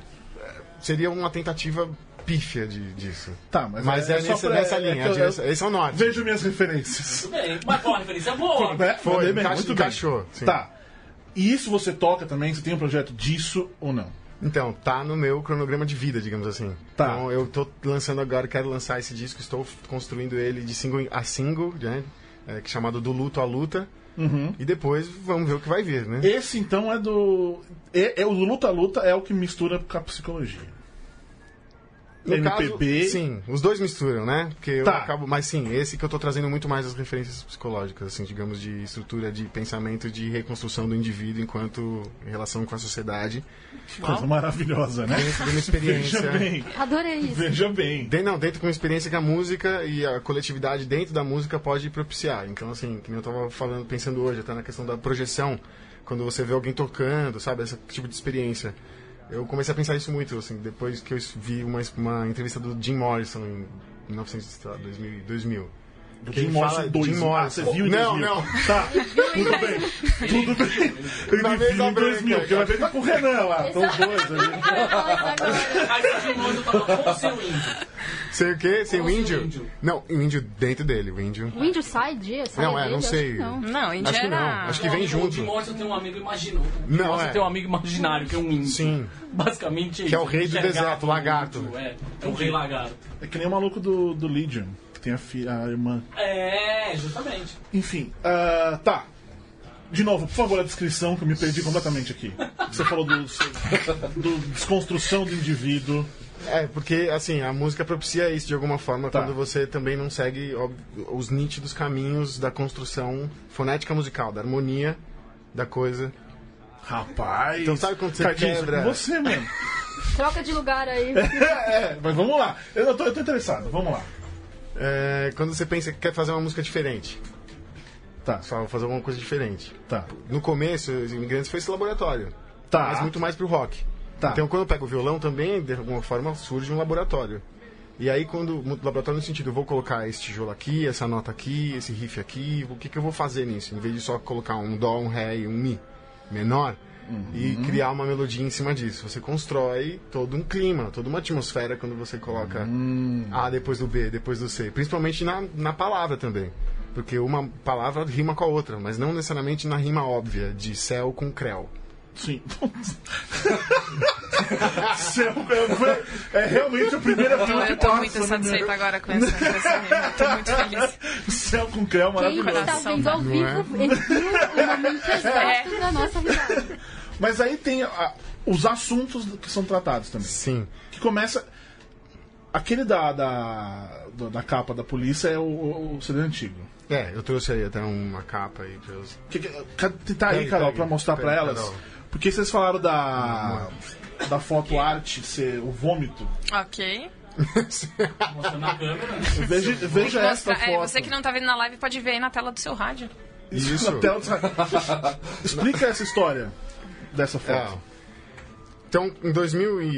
[SPEAKER 7] seria uma tentativa pífia de, disso.
[SPEAKER 2] Tá, mas
[SPEAKER 7] é,
[SPEAKER 2] é- é só
[SPEAKER 7] nessa,
[SPEAKER 2] pra-
[SPEAKER 7] nessa
[SPEAKER 2] é
[SPEAKER 7] linha.
[SPEAKER 2] que eu-
[SPEAKER 7] a direção- esse é o norte.
[SPEAKER 2] Vejo minhas referências.
[SPEAKER 1] Bem, mas foi uma referência é boa.
[SPEAKER 2] Né?
[SPEAKER 7] Foi,
[SPEAKER 2] Mandei bem,
[SPEAKER 7] encaixa-
[SPEAKER 2] muito bem.
[SPEAKER 7] encaixou, sim.
[SPEAKER 2] Tá. E isso você toca também? Você tem um projeto disso ou não?
[SPEAKER 7] Então, tá no meu cronograma de vida, digamos assim.
[SPEAKER 2] Tá.
[SPEAKER 7] Então, eu tô lançando agora, quero lançar esse disco, estou construindo ele de single a single, né? É, que é chamado Do Luto à Luta.
[SPEAKER 2] Uhum.
[SPEAKER 7] E depois vamos ver o que vai vir, né?
[SPEAKER 2] Esse então é do. É, é o Luta a Luta é o que mistura com a psicologia. MPB.
[SPEAKER 7] Caso, sim, os dois misturam, né? Porque eu
[SPEAKER 2] Tá.
[SPEAKER 7] acabo. Mas sim, esse que eu tô trazendo muito mais as referências psicológicas, assim, digamos, de estrutura de pensamento de reconstrução do indivíduo enquanto em relação com a sociedade.
[SPEAKER 2] Que coisa maravilhosa, né?
[SPEAKER 7] Dentro de uma experiência. é.
[SPEAKER 2] Veja bem,
[SPEAKER 4] Adorei isso.
[SPEAKER 2] veja bem.
[SPEAKER 7] Dentro, não, dentro com uma experiência que a música e a coletividade dentro da música pode propiciar. Então, assim, que nem eu tava falando, pensando hoje, até na questão da projeção, quando você vê alguém tocando, sabe, esse tipo de experiência. Eu comecei a pensar isso muito, assim, depois que eu vi uma, uma entrevista do Jim Morrison em 1900, sei lá, 2000. 2000.
[SPEAKER 2] Do
[SPEAKER 7] Que
[SPEAKER 2] Jim
[SPEAKER 7] ele
[SPEAKER 2] Morrison
[SPEAKER 7] fala-
[SPEAKER 2] 2.
[SPEAKER 7] Jim
[SPEAKER 2] Ah, você
[SPEAKER 7] Morrison.
[SPEAKER 2] viu em
[SPEAKER 7] Não,
[SPEAKER 2] 2000?
[SPEAKER 7] não.
[SPEAKER 2] Tá, tudo bem. Tudo bem.
[SPEAKER 7] Na
[SPEAKER 2] Ele
[SPEAKER 7] mesa
[SPEAKER 2] viu em
[SPEAKER 7] branca,
[SPEAKER 2] 2000, porque vai ver tá com o Renan lá. Estão os dois ali.
[SPEAKER 4] Ah,
[SPEAKER 1] Aí você chegou e falou, "Qual o seu índio?"
[SPEAKER 7] Sei o quê? Sei o
[SPEAKER 1] Como assim,
[SPEAKER 7] índio?
[SPEAKER 1] o índio?
[SPEAKER 7] Não, o índio dentro dele, o índio.
[SPEAKER 4] O índio sai dia? Sai
[SPEAKER 7] Não, é,
[SPEAKER 4] dele?
[SPEAKER 7] não
[SPEAKER 4] Acho
[SPEAKER 7] sei.
[SPEAKER 4] que não.
[SPEAKER 3] Não, em
[SPEAKER 7] Acho que não,
[SPEAKER 3] geral.
[SPEAKER 7] acho que vem
[SPEAKER 1] O Jim
[SPEAKER 7] junto.
[SPEAKER 1] Morrison tem um amigo imaginou.
[SPEAKER 7] Não,
[SPEAKER 1] Morrison
[SPEAKER 7] é.
[SPEAKER 1] tem um amigo imaginário, que é um índio.
[SPEAKER 7] Sim.
[SPEAKER 1] Basicamente
[SPEAKER 7] Que
[SPEAKER 1] isso,
[SPEAKER 7] é o rei do
[SPEAKER 1] enxergar
[SPEAKER 7] deserto,
[SPEAKER 1] um
[SPEAKER 7] lagarto.
[SPEAKER 1] índio, É, é o rei lagarto.
[SPEAKER 2] É que nem o maluco do, do Legion, que tem a, fi- a irmã.
[SPEAKER 1] É, justamente.
[SPEAKER 2] Enfim, ah, tá. De novo, por favor, a descrição, que eu me perdi completamente aqui. Você falou do, do desconstrução do indivíduo.
[SPEAKER 7] É, porque assim, a música propicia isso de alguma forma
[SPEAKER 2] Tá.
[SPEAKER 7] quando você também não segue ó, os nítidos caminhos da construção fonética musical, da harmonia da coisa.
[SPEAKER 2] Rapaz.
[SPEAKER 7] Então sabe quando você
[SPEAKER 2] Cardinho, isso é
[SPEAKER 7] quebra-
[SPEAKER 2] com você mesmo.
[SPEAKER 4] Troca de lugar aí.
[SPEAKER 2] é, mas vamos lá. Eu tô, eu tô interessado, vamos lá.
[SPEAKER 7] É, quando você pensa que quer fazer uma música diferente,
[SPEAKER 2] Tá,
[SPEAKER 7] só fazer alguma coisa diferente.
[SPEAKER 2] tá,
[SPEAKER 7] No começo, os imigrantes foi esse laboratório,
[SPEAKER 2] tá.
[SPEAKER 7] mas muito mais pro rock.
[SPEAKER 2] Tá.
[SPEAKER 7] Então quando eu pego o violão também, de alguma forma, surge um laboratório. E aí quando um laboratório no sentido, eu vou colocar esse tijolo aqui, essa nota aqui, esse riff aqui, o que que eu vou fazer nisso? Em vez de só colocar um dó, um ré e um mi menor, e
[SPEAKER 2] Uhum.
[SPEAKER 7] criar uma melodia em cima disso. Você constrói todo um clima, toda uma atmosfera quando você coloca
[SPEAKER 2] Hum.
[SPEAKER 7] A depois do B, depois do C. Principalmente na, na palavra também. Porque uma palavra rima com a outra, mas não necessariamente na rima óbvia, de céu com creu.
[SPEAKER 2] Sim. Céu, é, é realmente o primeiro filme
[SPEAKER 3] Não,
[SPEAKER 2] que
[SPEAKER 3] eu tô
[SPEAKER 2] passa,
[SPEAKER 3] muito
[SPEAKER 2] né?
[SPEAKER 3] satisfeita agora com essa, com essa rima. Eu tô muito feliz.
[SPEAKER 2] Céu com creu
[SPEAKER 4] Quem
[SPEAKER 2] maravilhoso.
[SPEAKER 4] está
[SPEAKER 3] Coração,
[SPEAKER 4] ouvindo ao
[SPEAKER 7] não é?
[SPEAKER 4] vivo, ele viu o momento exato da nossa risada.
[SPEAKER 2] Mas aí tem ah, os assuntos que são tratados também.
[SPEAKER 7] Sim.
[SPEAKER 2] Que começa. Aquele da, da, do- da capa da polícia é o, o, o CD antigo.
[SPEAKER 7] É, eu trouxe aí até uma capa aí pra eles-
[SPEAKER 2] Que, que- que- tá aí,
[SPEAKER 7] Pega,
[SPEAKER 2] Carol,
[SPEAKER 7] pega.
[SPEAKER 2] pra mostrar pra
[SPEAKER 7] Pega,
[SPEAKER 2] elas.
[SPEAKER 7] Carol. é.
[SPEAKER 2] Porque vocês falaram da. Da foto arte ser o vômito.
[SPEAKER 3] Ok.
[SPEAKER 1] Mostrando a câmera.
[SPEAKER 2] Veja, veja essa
[SPEAKER 3] Mostra, é,
[SPEAKER 2] foto.
[SPEAKER 3] você que não tá vendo na live pode ver aí na tela do seu rádio.
[SPEAKER 7] Isso.
[SPEAKER 2] Até onde- Explica essa história dessa
[SPEAKER 7] É.
[SPEAKER 2] foto.
[SPEAKER 7] Então, em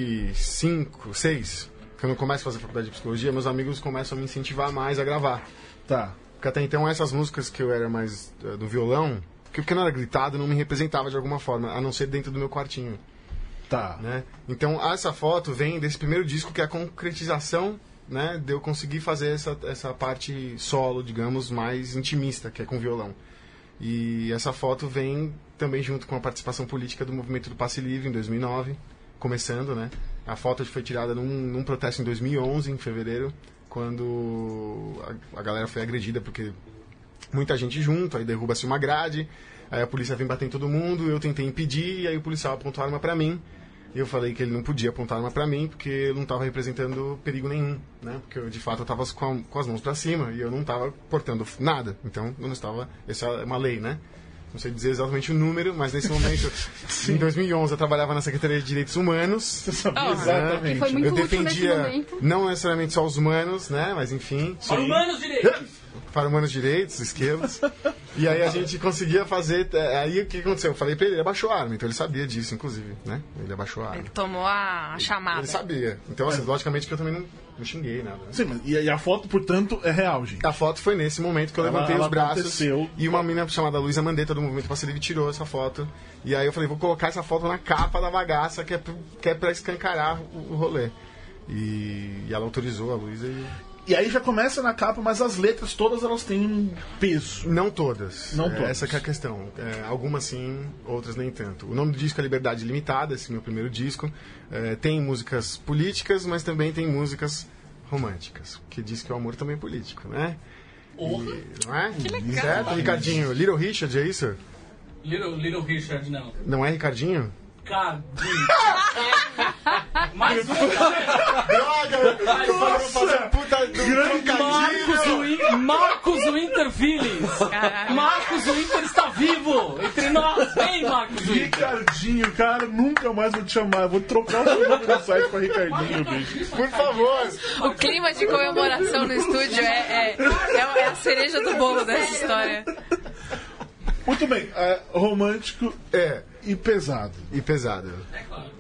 [SPEAKER 7] 2005, 2006, quando eu começo a fazer faculdade de psicologia, meus amigos começam a me incentivar mais a gravar.
[SPEAKER 2] Tá.
[SPEAKER 7] Porque até então essas músicas que eu era mais eh, do violão, que porque eu não era gritado, não me representava de alguma forma, a não ser dentro do meu quartinho,
[SPEAKER 2] Tá.
[SPEAKER 7] né? Então, essa foto vem desse primeiro disco que é a concretização, né, de eu conseguir fazer essa essa parte solo, digamos, mais intimista, que é com violão. E essa foto vem também junto com a participação política do movimento do Passe Livre em 2009, começando, né? A foto foi tirada num, num protesto em 2011, em fevereiro, quando a, a galera foi agredida porque muita gente junto, aí derruba-se uma grade, aí a polícia vem bater em todo mundo, eu tentei impedir, e aí o policial apontou a arma pra mim. E eu falei que ele não podia apontar a arma pra mim porque eu não tava representando perigo nenhum, né? Porque eu, de fato, eu tava com, a- com as mãos pra cima e eu não tava portando f- nada. Então, eu não estava... Essa é uma lei, né? Não sei dizer exatamente o número, mas nesse momento, em 2011, eu trabalhava na Secretaria de Direitos Humanos. né?
[SPEAKER 2] Sabia
[SPEAKER 3] Ah.
[SPEAKER 2] exatamente.
[SPEAKER 4] Foi muito
[SPEAKER 7] eu
[SPEAKER 4] útil nesse
[SPEAKER 7] defendia
[SPEAKER 4] momento.
[SPEAKER 7] não necessariamente só os humanos, né? Mas enfim,
[SPEAKER 1] Para humanos direitos.
[SPEAKER 7] para humanos direitos, esquerdos. e aí a gente conseguia fazer. é, Aí o que aconteceu? Eu falei pra ele, ele abaixou a arma, então ele sabia disso, inclusive, né? Ele abaixou a arma.
[SPEAKER 3] Ele tomou a a chamada.
[SPEAKER 7] Ele sabia. Então, assim, logicamente que eu também não, não xinguei nada. né?
[SPEAKER 2] Sim, mas, e, e a foto, portanto, é real, gente.
[SPEAKER 7] A foto foi nesse momento que eu
[SPEAKER 2] Ela-
[SPEAKER 7] levantei
[SPEAKER 2] ela
[SPEAKER 7] os braços
[SPEAKER 2] aconteceu.
[SPEAKER 7] e uma menina chamada Luísa Mandetta do Movimento Passe Livre tirou essa foto. E aí eu falei, vou colocar essa foto na capa da bagaça que é, pro- que é pra escancarar o, o rolê. E, e ela autorizou a Luísa e
[SPEAKER 2] E aí já começa na capa, mas as letras todas elas têm um peso.
[SPEAKER 7] Não todas.
[SPEAKER 2] Não
[SPEAKER 7] É,
[SPEAKER 2] todas.
[SPEAKER 7] Essa que é a questão. É, algumas sim, outras nem tanto. O nome do disco é Liberdade Limitada, esse meu primeiro disco. É, tem músicas políticas, mas também tem músicas românticas. Que diz que o amor também é político, né? E, não é? Que legal. Certo, Ricardinho? Little Richard, é isso?
[SPEAKER 1] Little, Little Richard, não.
[SPEAKER 7] Não é Ricardinho?
[SPEAKER 1] Cadinho. Mais um.
[SPEAKER 7] Droga!
[SPEAKER 1] mais um.
[SPEAKER 7] Nossa! Puta do
[SPEAKER 1] Marcos,
[SPEAKER 7] trocadilho!
[SPEAKER 1] Win Marcos Winter Feelings.
[SPEAKER 3] Caralho.
[SPEAKER 1] Marcos Winter está vivo entre nós. Vem, Marcos Winter.
[SPEAKER 2] Ricardinho, cara, nunca mais vou te chamar. Eu Vou trocar o seu nome no site pra Ricardinho, bicho.
[SPEAKER 7] Por favor!
[SPEAKER 3] O clima de comemoração no estúdio é, é, é- é a cereja do bolo dessa história.
[SPEAKER 2] Muito bem, é, romântico
[SPEAKER 7] É,
[SPEAKER 2] e pesado.
[SPEAKER 7] e pesado.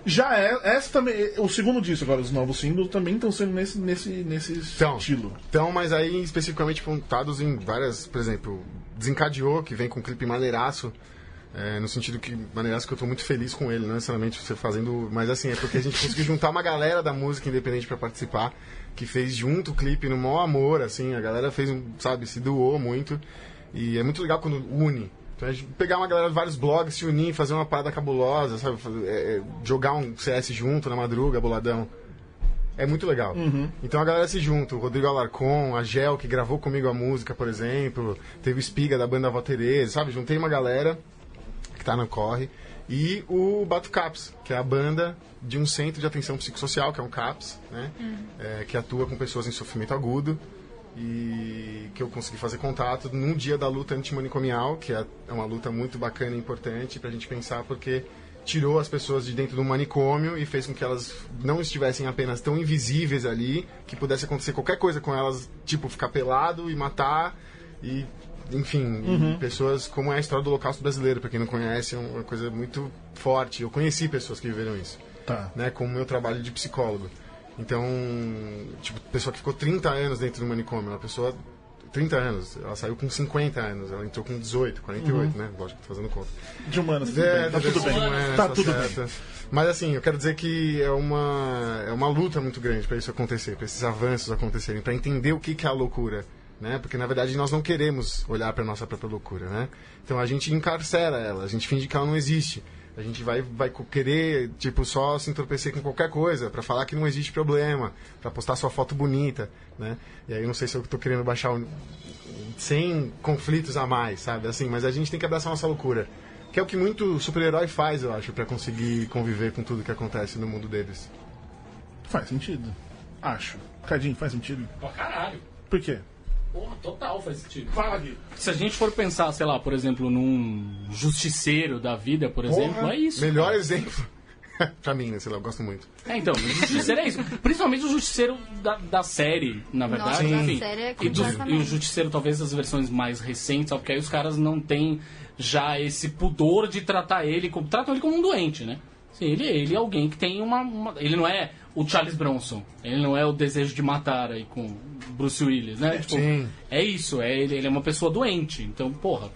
[SPEAKER 2] Já é, essa também, o segundo disco agora, os novos singles também estão sendo nesse, nesse, nesse
[SPEAKER 7] Então,
[SPEAKER 2] estilo.
[SPEAKER 7] então, mas aí especificamente pontados em várias, por exemplo, desencadeou, que vem com um clipe maneiraço. é, no sentido que, maneiraço que eu tô muito feliz com ele, não necessariamente você fazendo. Mas assim, é porque a gente conseguiu juntar uma galera da música independente pra participar, que fez junto o clipe no maior amor, assim, a galera fez um, sabe, se doou muito. E é muito legal quando une. Então a gente pegar uma galera de vários blogs, se unir, fazer uma parada cabulosa, sabe? fazer- é, é, jogar um CS junto na madruga, boladão. É muito legal. Então a galera se junta. O Rodrigo Alarcon, a Gel, que gravou comigo a música, por exemplo. Teve o Espiga da banda Vó Tereza, sabe? Juntei uma galera que tá no corre. E o Bato Caps, que é a banda de um centro de atenção psicossocial, que é um CAPS, né? É, que atua com pessoas em sofrimento agudo. E que eu consegui fazer contato num dia da luta antimanicomial, que é é uma luta muito bacana e importante pra gente pensar, porque tirou as pessoas de dentro do manicômio e fez com que elas não estivessem apenas tão invisíveis ali, que pudesse acontecer qualquer coisa com elas, tipo ficar pelado e matar e enfim, e pessoas como é a história do Holocausto brasileiro, pra quem não conhece, é uma coisa muito forte. Eu conheci pessoas que viveram isso,
[SPEAKER 2] Tá.
[SPEAKER 7] né, com o meu trabalho de psicólogo. Então, tipo, pessoa que ficou 30 anos dentro do manicômio, uma pessoa 30 anos, ela saiu com 50 anos, ela entrou com 18, 48, né? Lógico que tô fazendo conta.
[SPEAKER 2] De humanas, tudo
[SPEAKER 7] É,
[SPEAKER 2] bem, tá tudo bem.
[SPEAKER 7] é,
[SPEAKER 2] Tá tudo bem.
[SPEAKER 7] certo. Mas assim, eu quero dizer que é uma, é uma luta muito grande para isso acontecer, para esses avanços acontecerem, para entender o que, que é a loucura. Né? Porque na verdade nós não queremos olhar para nossa própria loucura. Né? Então a gente encarcera ela, a gente finge que ela não existe. A gente vai, vai co- querer tipo, só se entorpecer com qualquer coisa, para falar que não existe problema, para postar sua foto bonita. Né? E aí eu não sei se eu estou querendo baixar o, sem conflitos a mais, sabe? Assim, mas a gente tem que abraçar nossa loucura. Que é o que muito super-herói faz, eu acho, pra conseguir conviver com tudo que acontece no mundo deles.
[SPEAKER 2] Faz sentido. Acho. Cadinho, faz sentido.
[SPEAKER 1] Pra caralho.
[SPEAKER 2] Por quê?
[SPEAKER 1] Porra, total faz sentido.
[SPEAKER 2] Fala, Gui.
[SPEAKER 1] Se a gente for pensar, sei lá, por exemplo, num justiceiro da vida, por exemplo, é isso.
[SPEAKER 7] Melhor exemplo. pra mim, né? Sei lá, eu gosto muito.
[SPEAKER 1] É, então, o justiceiro é isso. Principalmente o justiceiro da, da série, na verdade.
[SPEAKER 4] Nossa, a
[SPEAKER 1] enfim.
[SPEAKER 4] série é
[SPEAKER 1] e, do-
[SPEAKER 4] completamente-
[SPEAKER 1] e o justiceiro, talvez, as versões mais recentes, só porque aí os caras não têm já esse pudor de tratar ele como. Tratam ele como um doente, né? Assim, ele, ele é alguém que tem uma, uma- Ele não é o Charles Bronson. Ele não é o desejo de matar aí com Bruce Willis, né? Tipo,
[SPEAKER 7] sim.
[SPEAKER 1] é isso, é, ele, ele é uma pessoa doente. Então, porra.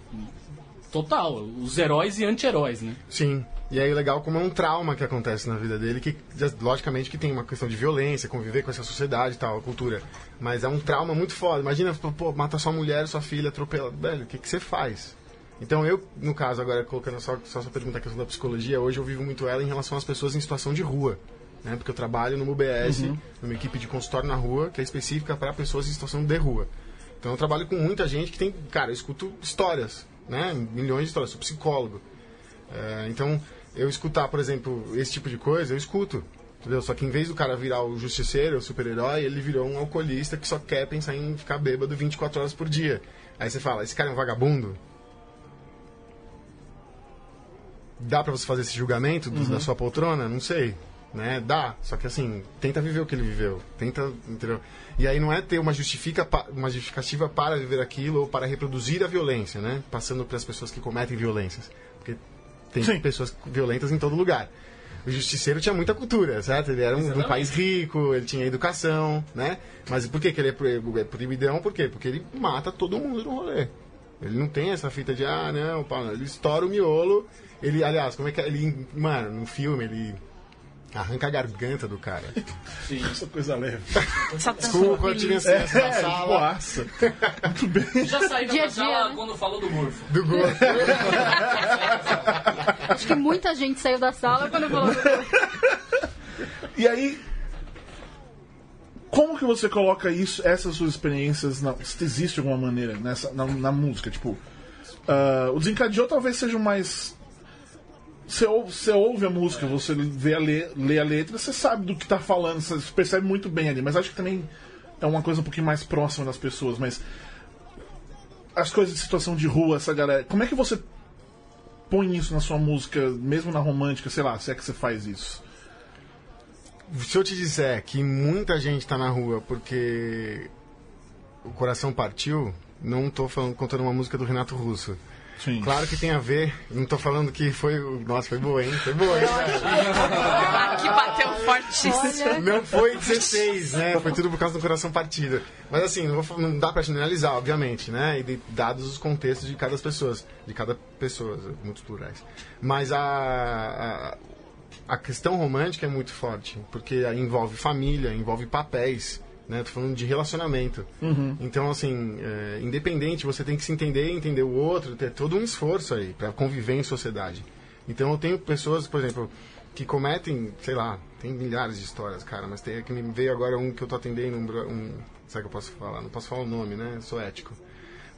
[SPEAKER 1] Total, os heróis e anti-heróis, né?
[SPEAKER 7] Sim. E aí, legal como é um trauma que acontece na vida dele, que já- logicamente que tem uma questão de violência, conviver com essa sociedade e tal, a cultura. Mas é um trauma muito foda. Imagina, pô, pô, mata sua mulher, sua filha, atropela. Velho, o que, que você faz? Então eu, no caso, agora colocando só, só essa pergunta a questão da psicologia, hoje eu vivo muito ela em relação às pessoas em situação de rua. Né? Porque eu trabalho numa UBS, numa equipe de consultório na rua, que é específica para pessoas em situação de rua. Então eu trabalho com muita gente que tem. Cara, eu escuto histórias, né? Milhões de histórias, sou psicólogo. É, então, eu escutar, por exemplo, esse tipo de coisa, eu escuto. Entendeu? Só que em vez do cara virar o justiceiro, o super-herói, ele virou um alcoolista que só quer pensar em ficar bêbado 24 horas por dia. Aí você fala, esse cara é um vagabundo? Dá pra você fazer esse julgamento do- da sua poltrona? Não sei. Né? Dá, só que assim, tenta viver o que ele viveu. Tenta, entendeu? E aí não é ter uma, justifica, pa- uma justificativa para viver aquilo ou para reproduzir a violência, né? Passando para as pessoas que cometem violências. Porque tem
[SPEAKER 2] Sim.
[SPEAKER 7] pessoas violentas em todo lugar. O justiceiro tinha muita cultura, certo? Ele era um, um país rico, ele tinha educação, né? Mas por que, que ele é pro- é proibidão? Por quê? Porque ele mata todo mundo no rolê. Ele não tem essa fita de, ah, não, pá, não. ele estoura o miolo. Ele, aliás, como é que é? Ele, mano, no filme, ele arranca a garganta do cara.
[SPEAKER 2] Essa coisa leve. É,
[SPEAKER 3] Só
[SPEAKER 7] Desculpa, eu tive acesso assim, na sala
[SPEAKER 2] boaça.
[SPEAKER 1] Já saí
[SPEAKER 4] Dia
[SPEAKER 1] da
[SPEAKER 4] a dia,
[SPEAKER 1] sala
[SPEAKER 4] né?
[SPEAKER 1] quando falou do Morfo.
[SPEAKER 7] do Google.
[SPEAKER 4] Acho que muita gente saiu da sala quando falou.
[SPEAKER 2] E aí, como que você coloca isso, essas suas experiências, na, se existe de alguma maneira nessa, na, na música? Tipo, ah, o desencadeou talvez seja o mais. Você ouve, você ouve a música, você vê a le, lê a letra, você sabe do que tá falando, você percebe muito bem ali, mas acho que também é uma coisa um pouquinho mais próxima das pessoas, mas. As coisas de situação de rua, essa galera. Como é que você põe isso na sua música, mesmo na romântica, sei lá, se é que você faz isso?
[SPEAKER 7] se eu te disser que muita gente tá na rua porque o coração partiu, não tô falando, contando uma música do Renato Russo.
[SPEAKER 2] Sim.
[SPEAKER 7] Claro que tem a ver, não tô falando que foi. o- Nossa, foi boa, hein? Foi boa, hein?
[SPEAKER 3] Aqui bateu fortíssimo.
[SPEAKER 7] Não foi 16, né? Foi tudo por causa do coração partido. Mas assim, não, vou fa- não dá pra generalizar, obviamente, né? E de- dados os contextos de cada pessoa, de cada pessoa, muitos plurais. Mas a, a, a questão romântica é muito forte, porque aí envolve família, envolve papéis, né? Tô falando de relacionamento. Então, assim, é, independente, você tem que se entender, entender o outro, ter todo um esforço aí pra conviver em sociedade. Então, eu tenho pessoas, por exemplo, que cometem, sei lá, tem milhares de histórias, cara, mas tem que me veio agora um que eu tô atendendo, um, bro- um sabe que eu posso falar? Não posso falar o nome, né? Sou ético.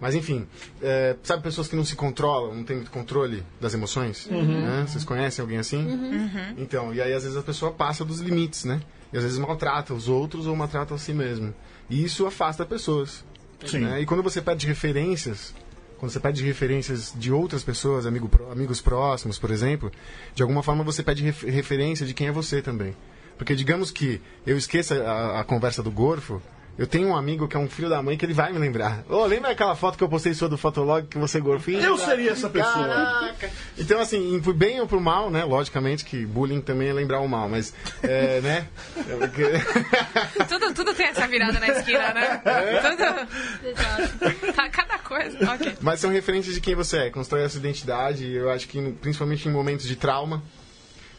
[SPEAKER 7] Mas enfim, é, sabe pessoas que não se controlam, não tem muito controle das emoções? né? Vocês conhecem alguém assim? Então, e aí às vezes a pessoa passa dos limites, né? E às vezes maltrata os outros ou maltrata a si mesmo. E isso afasta pessoas.
[SPEAKER 2] Sim.
[SPEAKER 7] né? E quando você perde referências, quando você pede referências de outras pessoas, amigo, pró- amigos próximos, por exemplo, de alguma forma você pede ref- referência de quem é você também. Porque digamos que eu esqueça a, a conversa do Gorfo, eu tenho um amigo que é um filho da mãe que ele vai me lembrar. Ô, lembra aquela foto que eu postei sua do Fotolog que você é gorfinho?
[SPEAKER 2] Eu seria essa pessoa.
[SPEAKER 7] Caraca. Então, assim, em- pro bem ou pro mal, né? Logicamente que bullying também é lembrar o mal, mas. É, né? É porque-
[SPEAKER 3] Tudo, tudo tem essa virada na esquina, né? Tudo. Tá, cada coisa. Ok.
[SPEAKER 7] Mas são referências de quem você é, constrói a sua identidade. e Eu acho que, principalmente em momentos de trauma,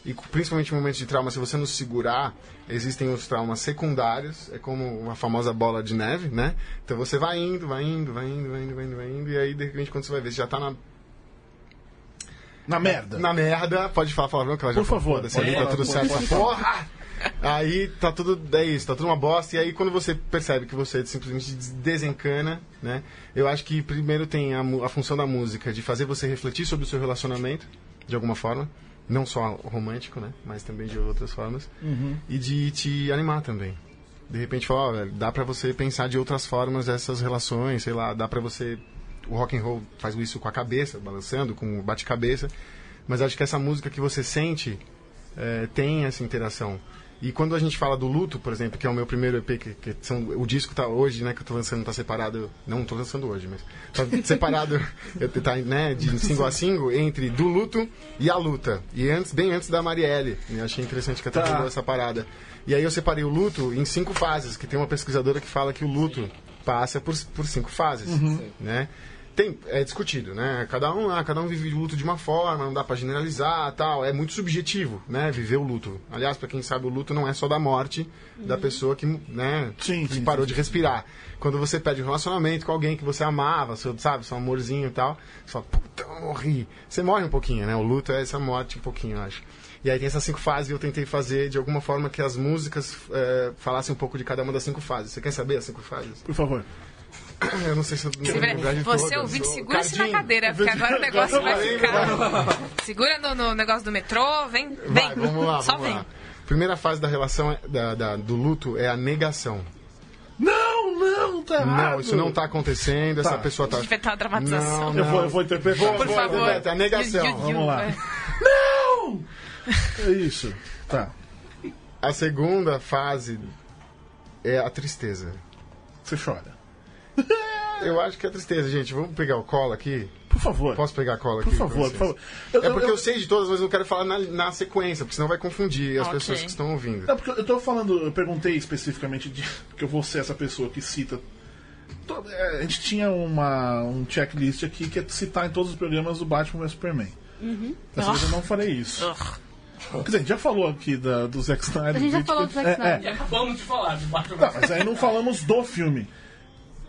[SPEAKER 7] e cu- principalmente em momentos de trauma, se você não segurar, existem os traumas secundários, é como uma famosa bola de neve, né? Então você vai indo, vai indo, vai indo, vai indo, vai indo, vai indo, e aí de repente quando você vai ver, você já tá na,
[SPEAKER 2] Na merda.
[SPEAKER 7] na merda, pode falar palavrão que ela já
[SPEAKER 2] Por
[SPEAKER 7] falou,
[SPEAKER 2] favor,
[SPEAKER 7] foda-se,
[SPEAKER 2] pode
[SPEAKER 7] aí tá
[SPEAKER 2] falar,
[SPEAKER 7] tudo
[SPEAKER 2] pode
[SPEAKER 7] certo, essa
[SPEAKER 2] falar.
[SPEAKER 7] porra! Aí tá tudo, é isso, tá tudo uma bosta, e aí quando você percebe que você simplesmente des- desencana, né? Eu acho que primeiro tem a, mu- a função da música, de fazer você refletir sobre o seu relacionamento, de alguma forma, não só romântico, né? Mas também de outras formas,
[SPEAKER 2] Uhum.
[SPEAKER 7] e de te animar também. De repente falar, ó, velho, dá pra você pensar de outras formas essas relações, sei lá, dá pra você o rock and roll faz isso com a cabeça, balançando, com o bate-cabeça. Mas acho que essa música que você sente eh, tem essa interação. E quando a gente fala do luto, por exemplo, que é o meu primeiro EP, que, que são, o disco tá hoje, né, que eu tô lançando, tá separado. Não tô lançando hoje, mas. Tá separado, eu- tá, né, de single a single, entre do luto e a luta. E antes, bem antes da Marielle. E eu achei interessante que até
[SPEAKER 5] Tá.
[SPEAKER 7] tá. essa parada. E aí eu separei o luto em cinco fases, que tem uma pesquisadora que fala que o luto passa por, por cinco fases,
[SPEAKER 2] Uhum.
[SPEAKER 7] né? Tem, é discutido, né? Cada um, ah, cada um vive o luto de uma forma, não dá pra generalizar, tal, é muito subjetivo, né, viver o luto. Aliás, pra quem sabe, o luto não é só da morte da pessoa que, né,
[SPEAKER 2] Uhum. Sim,
[SPEAKER 7] que
[SPEAKER 2] sim,
[SPEAKER 7] parou de respirar. Quando você perde um relacionamento com alguém que você amava, seu, sabe, seu amorzinho e tal, você fala, puta, eu morri. Você morre um pouquinho, né? O luto é essa morte um pouquinho, eu acho. E aí tem essas cinco fases e eu tentei fazer de alguma forma que as músicas eh, falassem um pouco de cada uma das cinco fases. Você quer saber as cinco fases?
[SPEAKER 2] Por favor.
[SPEAKER 7] Eu não sei se eu não
[SPEAKER 3] Você,
[SPEAKER 7] vou lembrar
[SPEAKER 3] vai,
[SPEAKER 7] de
[SPEAKER 3] você
[SPEAKER 7] todas.
[SPEAKER 3] ouvinte,
[SPEAKER 7] Ô,
[SPEAKER 3] segura-se na
[SPEAKER 7] Cardinho,
[SPEAKER 3] cadeira, porque agora o negócio vai
[SPEAKER 7] Vai,
[SPEAKER 3] ficar. Segura no, no negócio do metrô, vem, vem.
[SPEAKER 7] Vai, vamos lá,
[SPEAKER 3] Só
[SPEAKER 7] vamos
[SPEAKER 3] vem.
[SPEAKER 7] lá. Primeira fase da relação, é- da- da- do luto é a negação.
[SPEAKER 2] Não, não, tá errado.
[SPEAKER 7] Não, isso não tá acontecendo, essa
[SPEAKER 2] Tá.
[SPEAKER 7] pessoa tá...
[SPEAKER 3] Vai ter uma dramatização.
[SPEAKER 7] Não,
[SPEAKER 2] Eu vou, eu vou interpretar.
[SPEAKER 3] Por
[SPEAKER 7] vou,
[SPEAKER 3] favor.
[SPEAKER 7] Beto, a negação.
[SPEAKER 3] Iu, iu, iu,
[SPEAKER 2] Vamos lá.
[SPEAKER 3] vai.
[SPEAKER 2] Não! É isso. Tá.
[SPEAKER 7] A segunda fase é a tristeza.
[SPEAKER 2] Você chora.
[SPEAKER 7] Eu acho que é a tristeza, gente. Vamos pegar o cola aqui?
[SPEAKER 2] Por favor.
[SPEAKER 7] Posso pegar a cola
[SPEAKER 2] Por
[SPEAKER 7] aqui?
[SPEAKER 2] favor, por
[SPEAKER 7] com
[SPEAKER 2] favor.
[SPEAKER 7] vocês?
[SPEAKER 2] Eu-
[SPEAKER 7] É porque eu,
[SPEAKER 2] eu-
[SPEAKER 7] sei de todas, mas eu não quero falar na, na sequência, porque senão vai confundir as
[SPEAKER 3] Ok.
[SPEAKER 7] pessoas que estão ouvindo.
[SPEAKER 2] É porque eu tô falando, eu perguntei especificamente de, que eu vou ser essa pessoa que cita. to- é, A gente tinha uma, um checklist aqui que é citar em todos os programas do Batman vs Superman.
[SPEAKER 4] Uhum.
[SPEAKER 2] Dessa vez eu não farei isso. Quer dizer, a gente já falou aqui da, do Zack Snyder.
[SPEAKER 4] A gente já
[SPEAKER 2] Vídeo-
[SPEAKER 4] falou do Zack
[SPEAKER 2] É,
[SPEAKER 4] Snyder.
[SPEAKER 1] E acabamos de falar de Batman.
[SPEAKER 2] é. Não, mas aí não falamos do filme.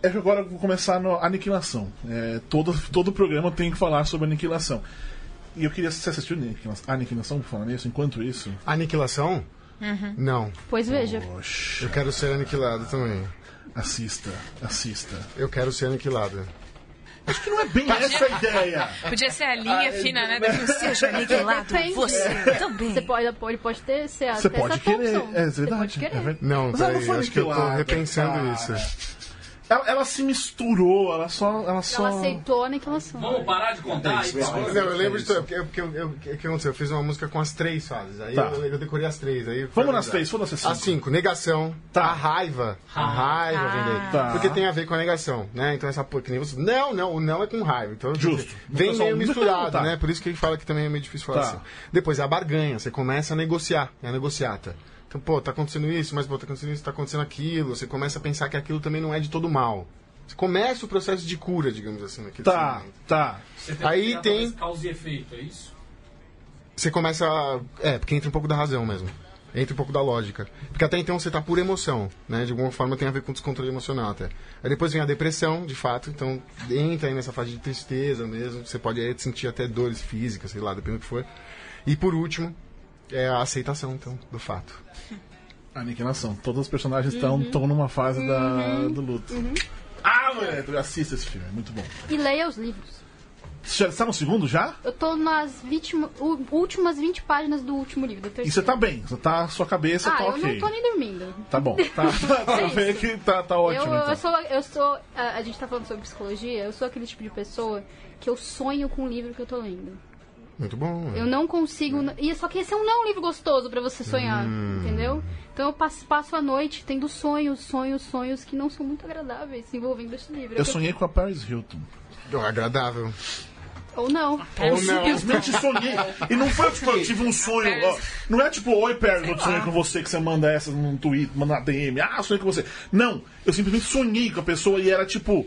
[SPEAKER 2] É que agora eu vou começar na Aniquilação. É, todo, todo programa tem que falar sobre Aniquilação. E eu queria. Você assistiu Aniquilação? Aniquilação por falar nisso? Enquanto isso.
[SPEAKER 7] Aniquilação? Não.
[SPEAKER 4] Pois veja.
[SPEAKER 2] Oxi.
[SPEAKER 7] Eu quero ser aniquilado também.
[SPEAKER 2] Assista, assista.
[SPEAKER 7] Eu quero ser aniquilado.
[SPEAKER 2] Acho que não é bem essa é a ideia.
[SPEAKER 3] Podia ser a linha fina, né? Daqui seja aniquilado
[SPEAKER 4] Depende.
[SPEAKER 3] você também.
[SPEAKER 4] Você pode, ele pode, pode ter ser até
[SPEAKER 2] Você pode
[SPEAKER 4] essa
[SPEAKER 2] querer.
[SPEAKER 4] função.
[SPEAKER 2] É
[SPEAKER 4] Você pode
[SPEAKER 2] verdade.
[SPEAKER 4] querer.
[SPEAKER 2] é verdade.
[SPEAKER 7] Não,
[SPEAKER 2] Mas ela
[SPEAKER 7] peraí,
[SPEAKER 2] foi
[SPEAKER 7] acho que eu tô
[SPEAKER 2] aniquilada,
[SPEAKER 7] repensando
[SPEAKER 2] cara.
[SPEAKER 7] isso.
[SPEAKER 2] Ela, ela se misturou, ela só. Ela só.
[SPEAKER 4] Ela aceitou a aniquilação.
[SPEAKER 1] Vamos parar de contar e
[SPEAKER 7] Não, eu lembro de tudo, porque, porque eu- eu- o que aconteceu? Eu fiz uma música com as três fases, aí
[SPEAKER 2] Tá.
[SPEAKER 7] eu, eu decorei as três. Aí foi
[SPEAKER 2] Vamos nas
[SPEAKER 7] verdade.
[SPEAKER 2] três, foda-se assim.
[SPEAKER 7] A cinco, negação,
[SPEAKER 2] Tá.
[SPEAKER 7] a raiva, a raiva, Vendei.
[SPEAKER 2] Tá.
[SPEAKER 7] Porque tem a ver com a negação, né? Então essa porra que nem você. Não, não, o não é com raiva. Então,
[SPEAKER 2] Justo.
[SPEAKER 7] Vem
[SPEAKER 2] Então, só
[SPEAKER 7] meio
[SPEAKER 2] um-
[SPEAKER 7] misturado,
[SPEAKER 2] Tá.
[SPEAKER 7] né? Por isso que ele fala que também é meio difícil falar
[SPEAKER 2] Tá.
[SPEAKER 7] assim. Depois, a barganha, você começa a negociar, é a negociata. Então, pô, tá acontecendo isso, mas pô, tá acontecendo isso, tá acontecendo aquilo. Você começa a pensar que aquilo também não é de todo mal. Você começa o processo de cura, digamos assim, naquele
[SPEAKER 2] Tá,
[SPEAKER 7] momento.
[SPEAKER 2] tá.
[SPEAKER 7] Aí tem-
[SPEAKER 1] Causa e efeito, é isso?
[SPEAKER 7] Você começa. a- É, porque entra um pouco da razão mesmo. Entra um pouco da lógica. Porque até então você tá por emoção, né? De alguma forma tem a ver com descontrole emocional até. Aí depois vem a depressão, de fato, então entra aí nessa fase de tristeza mesmo. Você pode aí sentir até dores físicas, sei lá, dependendo do que for. E por último, é a aceitação, então, do fato.
[SPEAKER 2] Ah, Aniquilação. Todos os personagens estão estão numa fase da, do luto. Ah, moleque, assista esse filme, é muito bom.
[SPEAKER 4] E leia os livros.
[SPEAKER 2] Você já está no segundo já?
[SPEAKER 4] Eu tô nas vítima- u- últimas 20 páginas do último livro. Do
[SPEAKER 2] E
[SPEAKER 4] terceiro.
[SPEAKER 2] você tá bem, você tá, sua cabeça
[SPEAKER 4] ah,
[SPEAKER 2] tá
[SPEAKER 4] eu
[SPEAKER 2] ok.
[SPEAKER 4] não tô nem dormindo.
[SPEAKER 2] Tá bom, tá, tá, tá bem que tá, tá
[SPEAKER 4] Eu,
[SPEAKER 2] ótimo.
[SPEAKER 4] eu,
[SPEAKER 2] então.
[SPEAKER 4] sou, eu sou. A, a gente tá falando sobre psicologia. Eu sou aquele tipo de pessoa que eu sonho com o livro que eu tô lendo.
[SPEAKER 7] Muito bom. né?
[SPEAKER 4] Eu não consigo.
[SPEAKER 2] Hum.
[SPEAKER 4] E só que esse é um não livro gostoso pra você sonhar, entendeu? Então eu passo, passo a noite tendo sonhos, sonhos, sonhos que não são muito agradáveis envolvendo esse livro.
[SPEAKER 2] Eu sonhei com a Paris Hilton.
[SPEAKER 7] Ó, agradável.
[SPEAKER 4] Ou não.
[SPEAKER 7] Ou não.
[SPEAKER 2] Simplesmente sonhei. E não foi tipo, eu tive um sonho. ó. Não é tipo, oi, Perry, eu sonhei com você, que você manda essa num tweet, manda na DM. Ah, sonhei com você. Não, eu simplesmente sonhei com a pessoa e era tipo.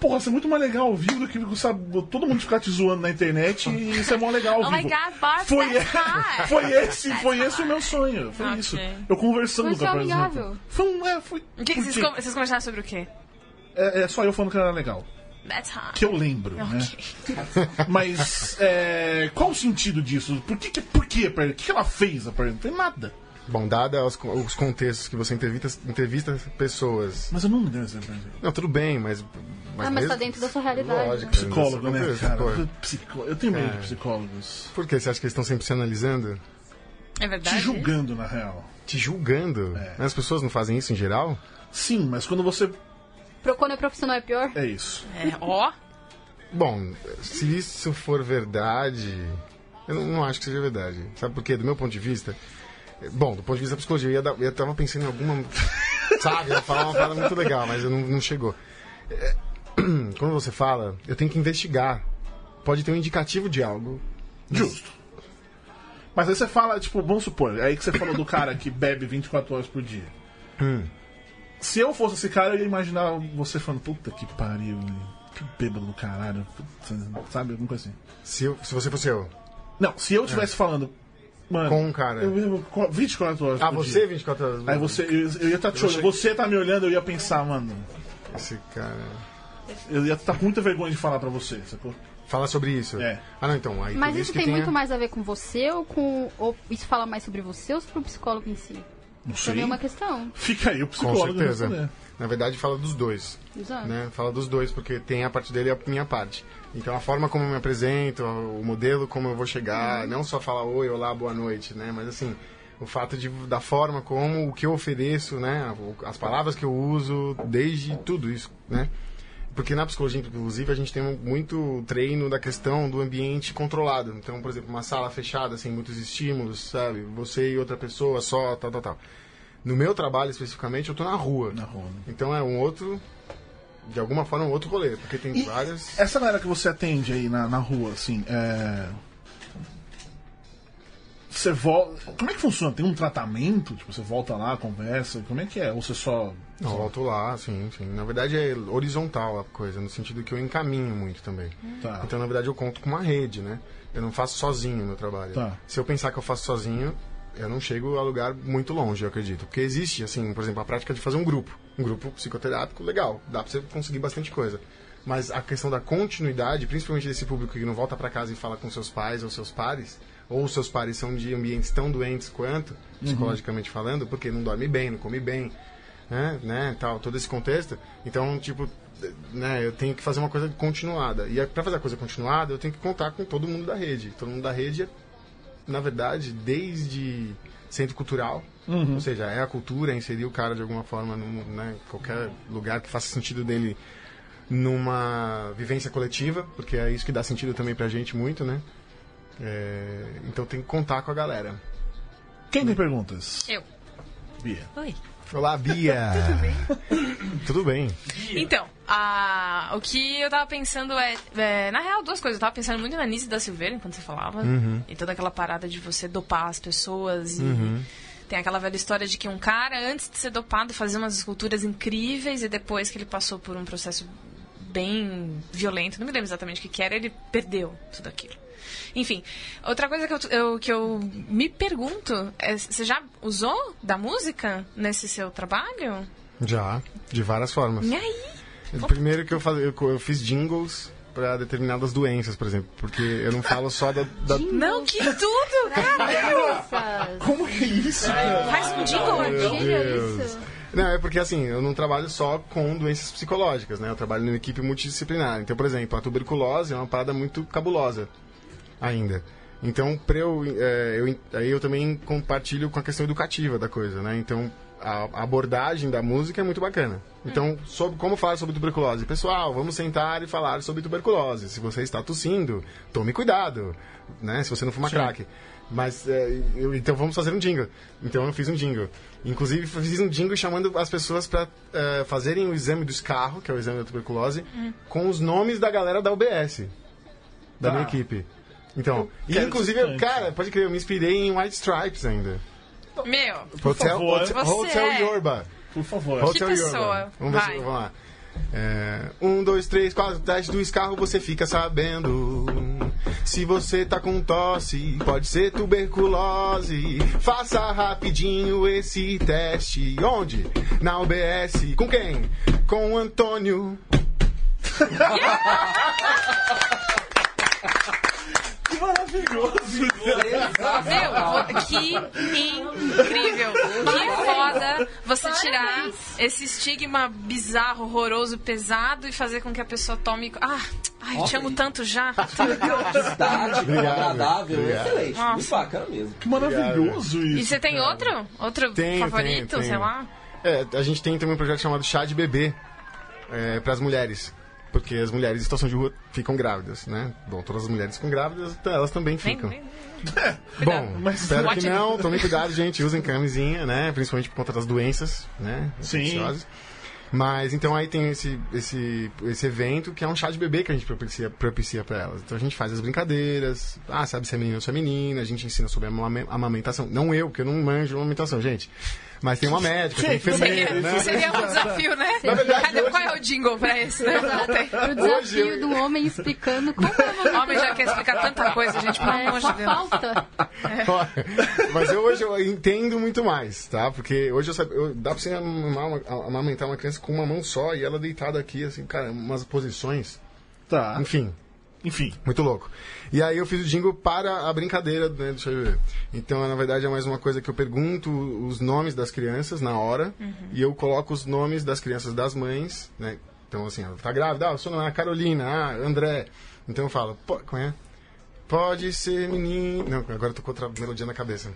[SPEAKER 2] Porra, isso é muito mais legal ao vivo do que sabe, todo mundo ficar te zoando na internet e isso é mó legal ao
[SPEAKER 3] Oh my
[SPEAKER 2] vivo.
[SPEAKER 3] God, Barb,
[SPEAKER 2] foi,
[SPEAKER 3] that's hot.
[SPEAKER 2] foi esse, foi esse o meu sonho. Foi
[SPEAKER 3] Ok.
[SPEAKER 2] isso. Eu conversando
[SPEAKER 4] Mas
[SPEAKER 2] com a
[SPEAKER 4] foi
[SPEAKER 2] apresentadora.
[SPEAKER 4] amigável.
[SPEAKER 2] Foi um. É, foi,
[SPEAKER 3] O que, que vocês,
[SPEAKER 2] curti.
[SPEAKER 3] com- vocês conversaram sobre o quê?
[SPEAKER 2] é, é só eu falando que ela era legal
[SPEAKER 3] That's hot. É
[SPEAKER 2] que eu lembro, né? Mas é, qual o sentido disso? Por que, que por que, Perry? O que que ela fez, Perry? Não tem nada.
[SPEAKER 7] Bom, dada os, os contextos que você entrevista, entrevista pessoas.
[SPEAKER 2] Mas eu não me dei esse exemplo.
[SPEAKER 7] Não, tudo bem, mas.
[SPEAKER 4] Ah, mas tá dentro da sua realidade,
[SPEAKER 7] Lógico,
[SPEAKER 4] né?
[SPEAKER 2] Psicólogo,
[SPEAKER 7] dentro
[SPEAKER 2] né,
[SPEAKER 7] dessa
[SPEAKER 2] cara?
[SPEAKER 7] coisa.
[SPEAKER 2] Psicó- Eu tenho medo de
[SPEAKER 7] É.
[SPEAKER 2] psicólogos.
[SPEAKER 7] Por quê? Você acha que eles estão sempre se analisando?
[SPEAKER 3] É
[SPEAKER 2] Te
[SPEAKER 3] verdade?
[SPEAKER 2] julgando, na real.
[SPEAKER 7] Te julgando?
[SPEAKER 2] É.
[SPEAKER 7] Mas as pessoas não fazem isso em geral?
[SPEAKER 2] Sim, mas quando você.
[SPEAKER 4] Pro- Quando é profissional é pior.
[SPEAKER 2] É isso.
[SPEAKER 3] É, ó.
[SPEAKER 7] Bom, se isso for verdade, eu não, não acho que seja verdade. Sabe por quê? Do meu ponto de vista. eh, Bom, do ponto de vista da psicologia, eu, ia dar- eu tava pensando em alguma. Sabe? Eu ia falar uma parada muito legal, mas eu não, não chegou. Eh, Quando você fala, eu tenho que investigar. Pode ter um indicativo de algo.
[SPEAKER 2] Justo. Mas aí você fala, tipo, vamos supor, aí que você falou do cara que bebe 24 horas por dia. Hum. Se eu fosse esse cara, eu ia imaginar você falando, puta que pariu, né? que bêbado do caralho, puta, sabe? Alguma coisa assim.
[SPEAKER 7] Se, eu- se você fosse eu.
[SPEAKER 2] Não, se eu estivesse falando. Mano,
[SPEAKER 7] É. Com um cara.
[SPEAKER 2] Eu vivo co- 24 horas.
[SPEAKER 7] Ah,
[SPEAKER 2] por
[SPEAKER 7] você,
[SPEAKER 2] dia.
[SPEAKER 7] 24 horas.
[SPEAKER 2] Aí você, eu, eu ia estar te olhando. Você tá me olhando, eu ia pensar, mano.
[SPEAKER 7] Esse cara.
[SPEAKER 2] Eu ia estar com muita vergonha de falar pra você, sacou?
[SPEAKER 7] Falar sobre isso.
[SPEAKER 2] É.
[SPEAKER 7] Ah, não, então. Aí
[SPEAKER 4] Mas
[SPEAKER 7] por
[SPEAKER 4] isso
[SPEAKER 7] que
[SPEAKER 4] tem
[SPEAKER 7] a-
[SPEAKER 4] muito mais a ver com você ou com. Ou isso fala mais sobre você ou sobre o psicólogo em si?
[SPEAKER 2] Não sei.
[SPEAKER 4] Também é uma questão.
[SPEAKER 2] Fica aí o
[SPEAKER 7] Com
[SPEAKER 2] psicólogo. né?
[SPEAKER 7] certeza.
[SPEAKER 2] responder.
[SPEAKER 7] Na verdade, fala dos dois.
[SPEAKER 4] Exato.
[SPEAKER 7] né? Fala dos dois, porque tem a parte dele e a minha parte. Então, a forma como eu me apresento, o modelo como eu vou chegar, não só falar oi, olá, boa noite, né? Mas assim, o fato de, da forma como, o que eu ofereço, né? O- As palavras que eu uso, desde tudo isso, né? Porque na psicologia, inclusive, a gente tem muito treino da questão do ambiente controlado. Então, por exemplo, uma sala fechada, sem muitos estímulos, sabe? Você e outra pessoa só, tal, tal, tal. No meu trabalho, especificamente, eu tô na rua.
[SPEAKER 2] Na rua, né?
[SPEAKER 7] Então é um outro de alguma forma um outro rolê, porque tem
[SPEAKER 2] E
[SPEAKER 7] várias.
[SPEAKER 2] Essa galera que você atende aí na, na rua, assim, é. Você volta. Como é que funciona? Tem um tratamento? Tipo, você volta lá, conversa? Como é que é? Ou você só.
[SPEAKER 7] Eu volto lá, sim, sim. Na verdade é horizontal a coisa, no sentido que eu encaminho muito também.
[SPEAKER 2] Tá.
[SPEAKER 7] Então, na verdade, eu conto com uma rede, né? Eu não faço sozinho o meu trabalho.
[SPEAKER 2] Tá.
[SPEAKER 7] Se eu pensar que eu faço sozinho, eu não chego a lugar muito longe, eu acredito. Porque existe, assim, por exemplo, a prática de fazer um grupo. Um grupo psicoterápico, legal. Dá pra você conseguir bastante coisa. Mas a questão da continuidade, principalmente desse público que não volta pra casa e fala com seus pais ou seus pares, ou seus pares são de ambientes tão doentes quanto, psicologicamente falando, porque não dorme bem, não come bem, né, né, tal, todo esse contexto. Então, tipo, né, eu tenho que fazer uma coisa continuada. E para fazer a coisa continuada, eu tenho que contar com todo mundo da rede. Todo mundo da rede é na verdade, desde centro cultural, ou seja, é a cultura, é inserir o cara de alguma forma num, né, qualquer lugar que faça sentido dele numa vivência coletiva, porque é isso que dá sentido também pra gente muito, né? É, então tem que contar com a galera.
[SPEAKER 2] Quem tem perguntas?
[SPEAKER 3] Eu.
[SPEAKER 2] Bia.
[SPEAKER 3] Oi.
[SPEAKER 7] Olá, Bia! Tudo bem?
[SPEAKER 3] Então, a- o que eu tava pensando é, é, Na real, duas coisas. Eu tava pensando muito na Nise da Silveira enquanto você falava. E toda aquela parada de você dopar as pessoas. E tem aquela velha história de que um cara, antes de ser dopado, fazia umas esculturas incríveis e depois que ele passou por um processo bem violento, não me lembro exatamente o que, que era, ele perdeu tudo aquilo. Enfim, outra coisa que eu, eu- que eu me pergunto é: você já usou da música nesse seu trabalho?
[SPEAKER 7] Já, de várias formas.
[SPEAKER 3] E aí?
[SPEAKER 7] O Primeiro que eu, faz, eu, co- eu fiz jingles pra determinadas doenças, por exemplo, porque eu não falo só da- da
[SPEAKER 3] Não, que tudo! Caramba!
[SPEAKER 4] Essas-
[SPEAKER 2] Como que é isso, cara?
[SPEAKER 3] Faz um jingle aqui.
[SPEAKER 4] Compartilha
[SPEAKER 7] Deus.
[SPEAKER 4] isso.
[SPEAKER 7] Não, é porque assim, eu não trabalho só com doenças psicológicas, né? Eu trabalho numa equipe multidisciplinar. Então, por exemplo, a tuberculose é uma parada muito cabulosa ainda. Então, pra eu, eh, eu en- aí eu também compartilho com a questão educativa da coisa, né? Então, a a abordagem da música é muito bacana. Então, sobre como falar sobre tuberculose? Pessoal, vamos sentar e falar sobre tuberculose. Se você está tossindo, tome cuidado, né? Se você não fuma crack. Mas, eh, eu- então vamos fazer um jingle. Então eu fiz um jingle. Inclusive, fiz um jingle chamando as pessoas para é fazerem o exame do escarro, que é o exame da tuberculose, com os nomes da galera da UBS. da minha
[SPEAKER 2] Ah.
[SPEAKER 7] equipe. Então, e
[SPEAKER 2] quero
[SPEAKER 7] inclusive, eu-
[SPEAKER 2] distante.
[SPEAKER 7] cara, pode crer, eu me inspirei em White Stripes ainda.
[SPEAKER 3] Meu,
[SPEAKER 7] Hotel,
[SPEAKER 2] favor.
[SPEAKER 7] Hotel,
[SPEAKER 3] Você
[SPEAKER 7] Hotel
[SPEAKER 3] é-
[SPEAKER 7] Yorba.
[SPEAKER 2] Por favor.
[SPEAKER 7] Hotel
[SPEAKER 3] pessoa?
[SPEAKER 7] Yorba. Vamos, ver
[SPEAKER 3] Vai.
[SPEAKER 7] se- vamos lá. É, um, dois, três, quatro, dez do escarro você fica sabendo. Se você tá com tosse, pode ser tuberculose. Faça rapidinho esse teste. Onde? Na UBS. Com quem? Com o Antônio.
[SPEAKER 2] Que maravilhoso.
[SPEAKER 3] meu, que incrível. Que foda você tirar esse estigma bizarro, horroroso, pesado e fazer com que a pessoa tome. Ah, ai, eu te amo tanto já.
[SPEAKER 5] Estático,
[SPEAKER 7] Obrigado,
[SPEAKER 5] agradável,
[SPEAKER 7] obrigado.
[SPEAKER 5] excelente. Muito
[SPEAKER 3] Nossa.
[SPEAKER 5] bacana mesmo.
[SPEAKER 2] Que maravilhoso
[SPEAKER 3] E
[SPEAKER 2] isso.
[SPEAKER 3] você tem outro? Outro
[SPEAKER 7] Tenho,
[SPEAKER 3] favorito,
[SPEAKER 7] tenho,
[SPEAKER 3] sei
[SPEAKER 7] tenho.
[SPEAKER 3] lá?
[SPEAKER 7] É, a gente tem também um projeto chamado Chá de Bebê é, para as mulheres. Porque as mulheres em situação de rua ficam grávidas, né? Bom, todas as mulheres ficam grávidas, tá, elas também
[SPEAKER 3] Vem,
[SPEAKER 7] ficam.
[SPEAKER 3] vem.
[SPEAKER 7] Bom,
[SPEAKER 2] Mas-
[SPEAKER 7] espero que
[SPEAKER 3] Watch-
[SPEAKER 7] não. Tomem cuidado, gente. Usem camisinha, né? Principalmente por conta das doenças, né?
[SPEAKER 2] Sim.
[SPEAKER 7] infecciosas. Mas então aí tem esse, esse, esse evento que é um chá de bebê que a gente propicia, propicia pra elas. Então a gente faz as brincadeiras, ah, sabe se é menino ou se é menina, a gente ensina sobre a amame- amamentação. Não eu, porque eu não manjo amamentação, gente. Mas tem uma médica, tem
[SPEAKER 2] Gente,
[SPEAKER 7] enfermeira, né?
[SPEAKER 3] Seria um desafio, né?
[SPEAKER 7] verdade,
[SPEAKER 3] Cadê- Qual é o jingle pra esse? Né? Não tem.
[SPEAKER 4] O desafio do homem explicando como é uma
[SPEAKER 3] Homem já quer explicar tanta coisa, gente, pelo
[SPEAKER 4] é,
[SPEAKER 3] amor
[SPEAKER 4] só
[SPEAKER 3] de Deus.
[SPEAKER 4] falta.
[SPEAKER 7] É. Mas eu hoje eu entendo muito mais, tá? Porque hoje eu sabe, eu- dá pra você amamar uma- amamentar uma criança com uma mão só e ela deitada aqui, assim, cara, umas posições.
[SPEAKER 2] Tá.
[SPEAKER 7] Enfim,
[SPEAKER 2] Enfim.
[SPEAKER 7] muito louco. E aí eu fiz o jingle para a brincadeira, né? Deixa eu ver. Então, na verdade, é mais uma coisa que eu pergunto os nomes das crianças na hora
[SPEAKER 3] Uhum.
[SPEAKER 7] e eu coloco os nomes das crianças das mães, né? Então, assim, ela tá grávida, ah, o seu nome é Carolina, ah, André. Então eu falo, pô, como é? Pode ser menino. Não, agora eu tô com outra melodia na cabeça.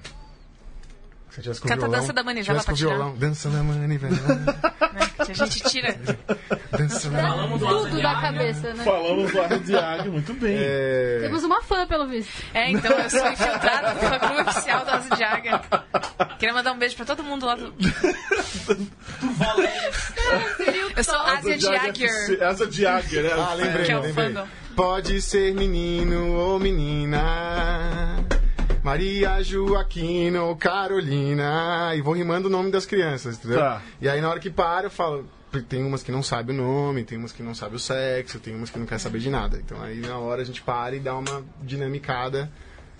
[SPEAKER 7] Se eu tivesse com
[SPEAKER 3] Canta a
[SPEAKER 7] violão,
[SPEAKER 3] dança da manivela
[SPEAKER 7] tivesse com
[SPEAKER 3] pra tirar.
[SPEAKER 7] violão, dança da manivela,
[SPEAKER 3] né? Que a gente tira.
[SPEAKER 7] dança da manivela.
[SPEAKER 1] Falamos do Asa
[SPEAKER 4] Tudo
[SPEAKER 1] de
[SPEAKER 4] da
[SPEAKER 1] Águia.
[SPEAKER 4] cabeça, né?
[SPEAKER 2] Falamos lá de águia, muito bem.
[SPEAKER 7] É,
[SPEAKER 4] Temos uma fã, pelo visto.
[SPEAKER 3] É, então eu sou infiltrada no fã clube oficial do Asa de Águia. Queria mandar um beijo pra todo mundo lá do. Eu sou Asa de Águia.
[SPEAKER 2] FC, Asa de águia, né?
[SPEAKER 7] Ah, lembrei,
[SPEAKER 3] Que é o
[SPEAKER 7] lembrei.
[SPEAKER 3] fandom.
[SPEAKER 7] Pode ser menino ou menina. Maria Joaquino ou Carolina. E vou rimando o nome das crianças, entendeu?
[SPEAKER 2] Tá.
[SPEAKER 7] E aí na hora que para, eu falo. porque Tem umas que não sabem o nome, tem umas que não sabem o sexo, tem umas que não querem saber de nada. Então aí na hora a gente para e dá uma dinamicada,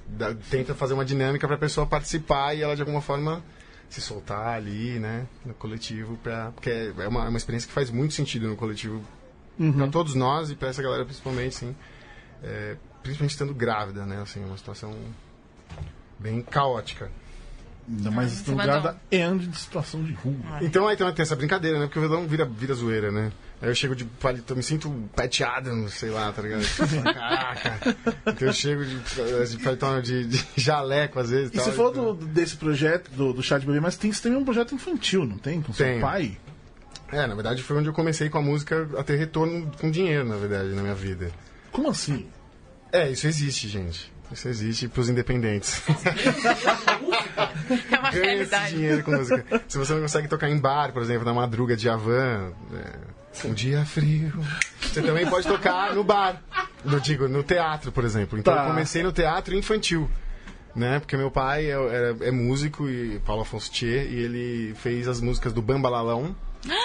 [SPEAKER 7] dá- tenta fazer uma dinâmica pra pessoa participar e ela de alguma forma se soltar ali, né, no coletivo, pra, porque é uma, é uma experiência que faz muito sentido no coletivo Pra todos nós e pra essa galera principalmente, sim. É, principalmente estando grávida, né? Assim, uma situação bem caótica.
[SPEAKER 2] Ainda Tá mais no lugar da end de situação de
[SPEAKER 3] Ah.
[SPEAKER 2] rua.
[SPEAKER 7] Então aí então, tem essa brincadeira, né? Porque o violão vira, vira zoeira, né? Aí eu chego de palito, eu me sinto Pat Adams, sei lá, tá ligado? Caraca! Então eu chego de, de paletó, de, de jaleco às vezes.
[SPEAKER 2] E você falou do- do- desse projeto, do, do chá de bebê, mas tem, você também um projeto infantil, não tem? Com seu
[SPEAKER 7] Tenho.
[SPEAKER 2] pai?
[SPEAKER 7] É, na verdade foi onde eu comecei com a música a ter retorno com dinheiro, na verdade, na minha vida.
[SPEAKER 2] Como assim?
[SPEAKER 7] É, isso existe, gente. Isso existe pros independentes.
[SPEAKER 3] É uma
[SPEAKER 7] ganha esse
[SPEAKER 3] realidade.
[SPEAKER 7] dinheiro com música. Se você não consegue tocar em bar, por exemplo, na madruga de Havan, é, um dia frio. Você também pode tocar no bar. Eu digo, no teatro, por exemplo. Então
[SPEAKER 2] Tá.
[SPEAKER 7] eu comecei no teatro infantil. Né? Porque meu pai é, é- é músico, e Paulo Afonso Tchê, e ele fez as músicas do Bambalalão.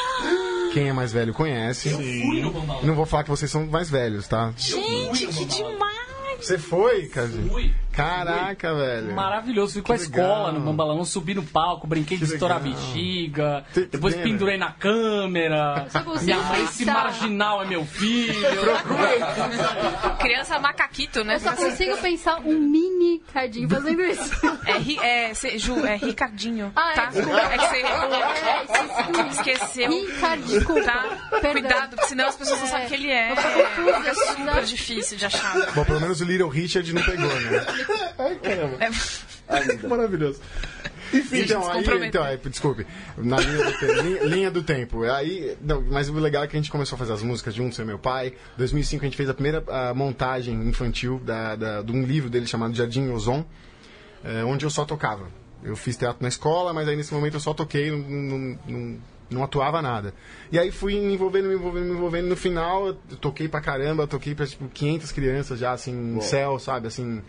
[SPEAKER 7] Quem é mais velho conhece.
[SPEAKER 1] Fui no Bambalão.
[SPEAKER 7] Não vou falar que vocês são mais velhos, tá?
[SPEAKER 3] Gente, que demais!
[SPEAKER 7] Você foi, cara?
[SPEAKER 1] Fui.
[SPEAKER 7] Caraca, velho.
[SPEAKER 1] Maravilhoso, fui com a
[SPEAKER 7] Que
[SPEAKER 1] escola
[SPEAKER 7] legal.
[SPEAKER 1] no Bambalão, subi no palco, brinquei de
[SPEAKER 7] Que
[SPEAKER 1] estourar
[SPEAKER 7] legal.
[SPEAKER 1] bexiga,
[SPEAKER 7] Tem-
[SPEAKER 1] depois
[SPEAKER 7] tem, né?
[SPEAKER 1] pendurei na câmera.
[SPEAKER 4] você
[SPEAKER 1] Minha mãe, esse
[SPEAKER 4] pensar.
[SPEAKER 1] marginal é meu filho.
[SPEAKER 3] Criança macaquito, né?
[SPEAKER 4] Eu só consigo pensar um mini cardinho fazendo isso.
[SPEAKER 3] É, ri, é, cê- Ju, é Ricardinho.
[SPEAKER 4] Ah, é,
[SPEAKER 3] tá?
[SPEAKER 4] desculpa.
[SPEAKER 3] É que você
[SPEAKER 4] É, isso,
[SPEAKER 3] esqueceu.
[SPEAKER 4] Ricardo, desculpa.
[SPEAKER 3] Tá?
[SPEAKER 4] Perdão.
[SPEAKER 3] Cuidado, porque senão as pessoas não
[SPEAKER 4] É.
[SPEAKER 3] sabem quem ele é.
[SPEAKER 4] Eu tô confusa,
[SPEAKER 3] Fica super
[SPEAKER 4] verdade.
[SPEAKER 3] difícil de achar.
[SPEAKER 7] Bom, pelo menos o Little Richard não pegou, né?
[SPEAKER 3] É,
[SPEAKER 2] Maravilhoso.
[SPEAKER 7] Então,
[SPEAKER 3] se
[SPEAKER 7] aí,
[SPEAKER 3] comprometer.
[SPEAKER 7] então, aí, desculpe. Na linha do, te- linha, linha do tempo. Aí, não, mas o legal é que a gente começou a fazer as músicas juntos, eu e meu pai. Em 2005 a gente fez a primeira ah, montagem infantil da, da- de um livro dele chamado Jardim Ozon, É, eh, onde eu só tocava. Eu fiz teatro na escola, mas aí nesse momento eu só toquei num, num- num Não atuava nada. E aí fui me envolvendo, me envolvendo, me envolvendo. No final, eu toquei pra caramba, toquei pra tipo 500 crianças já, assim, em céu, sabe? Assim,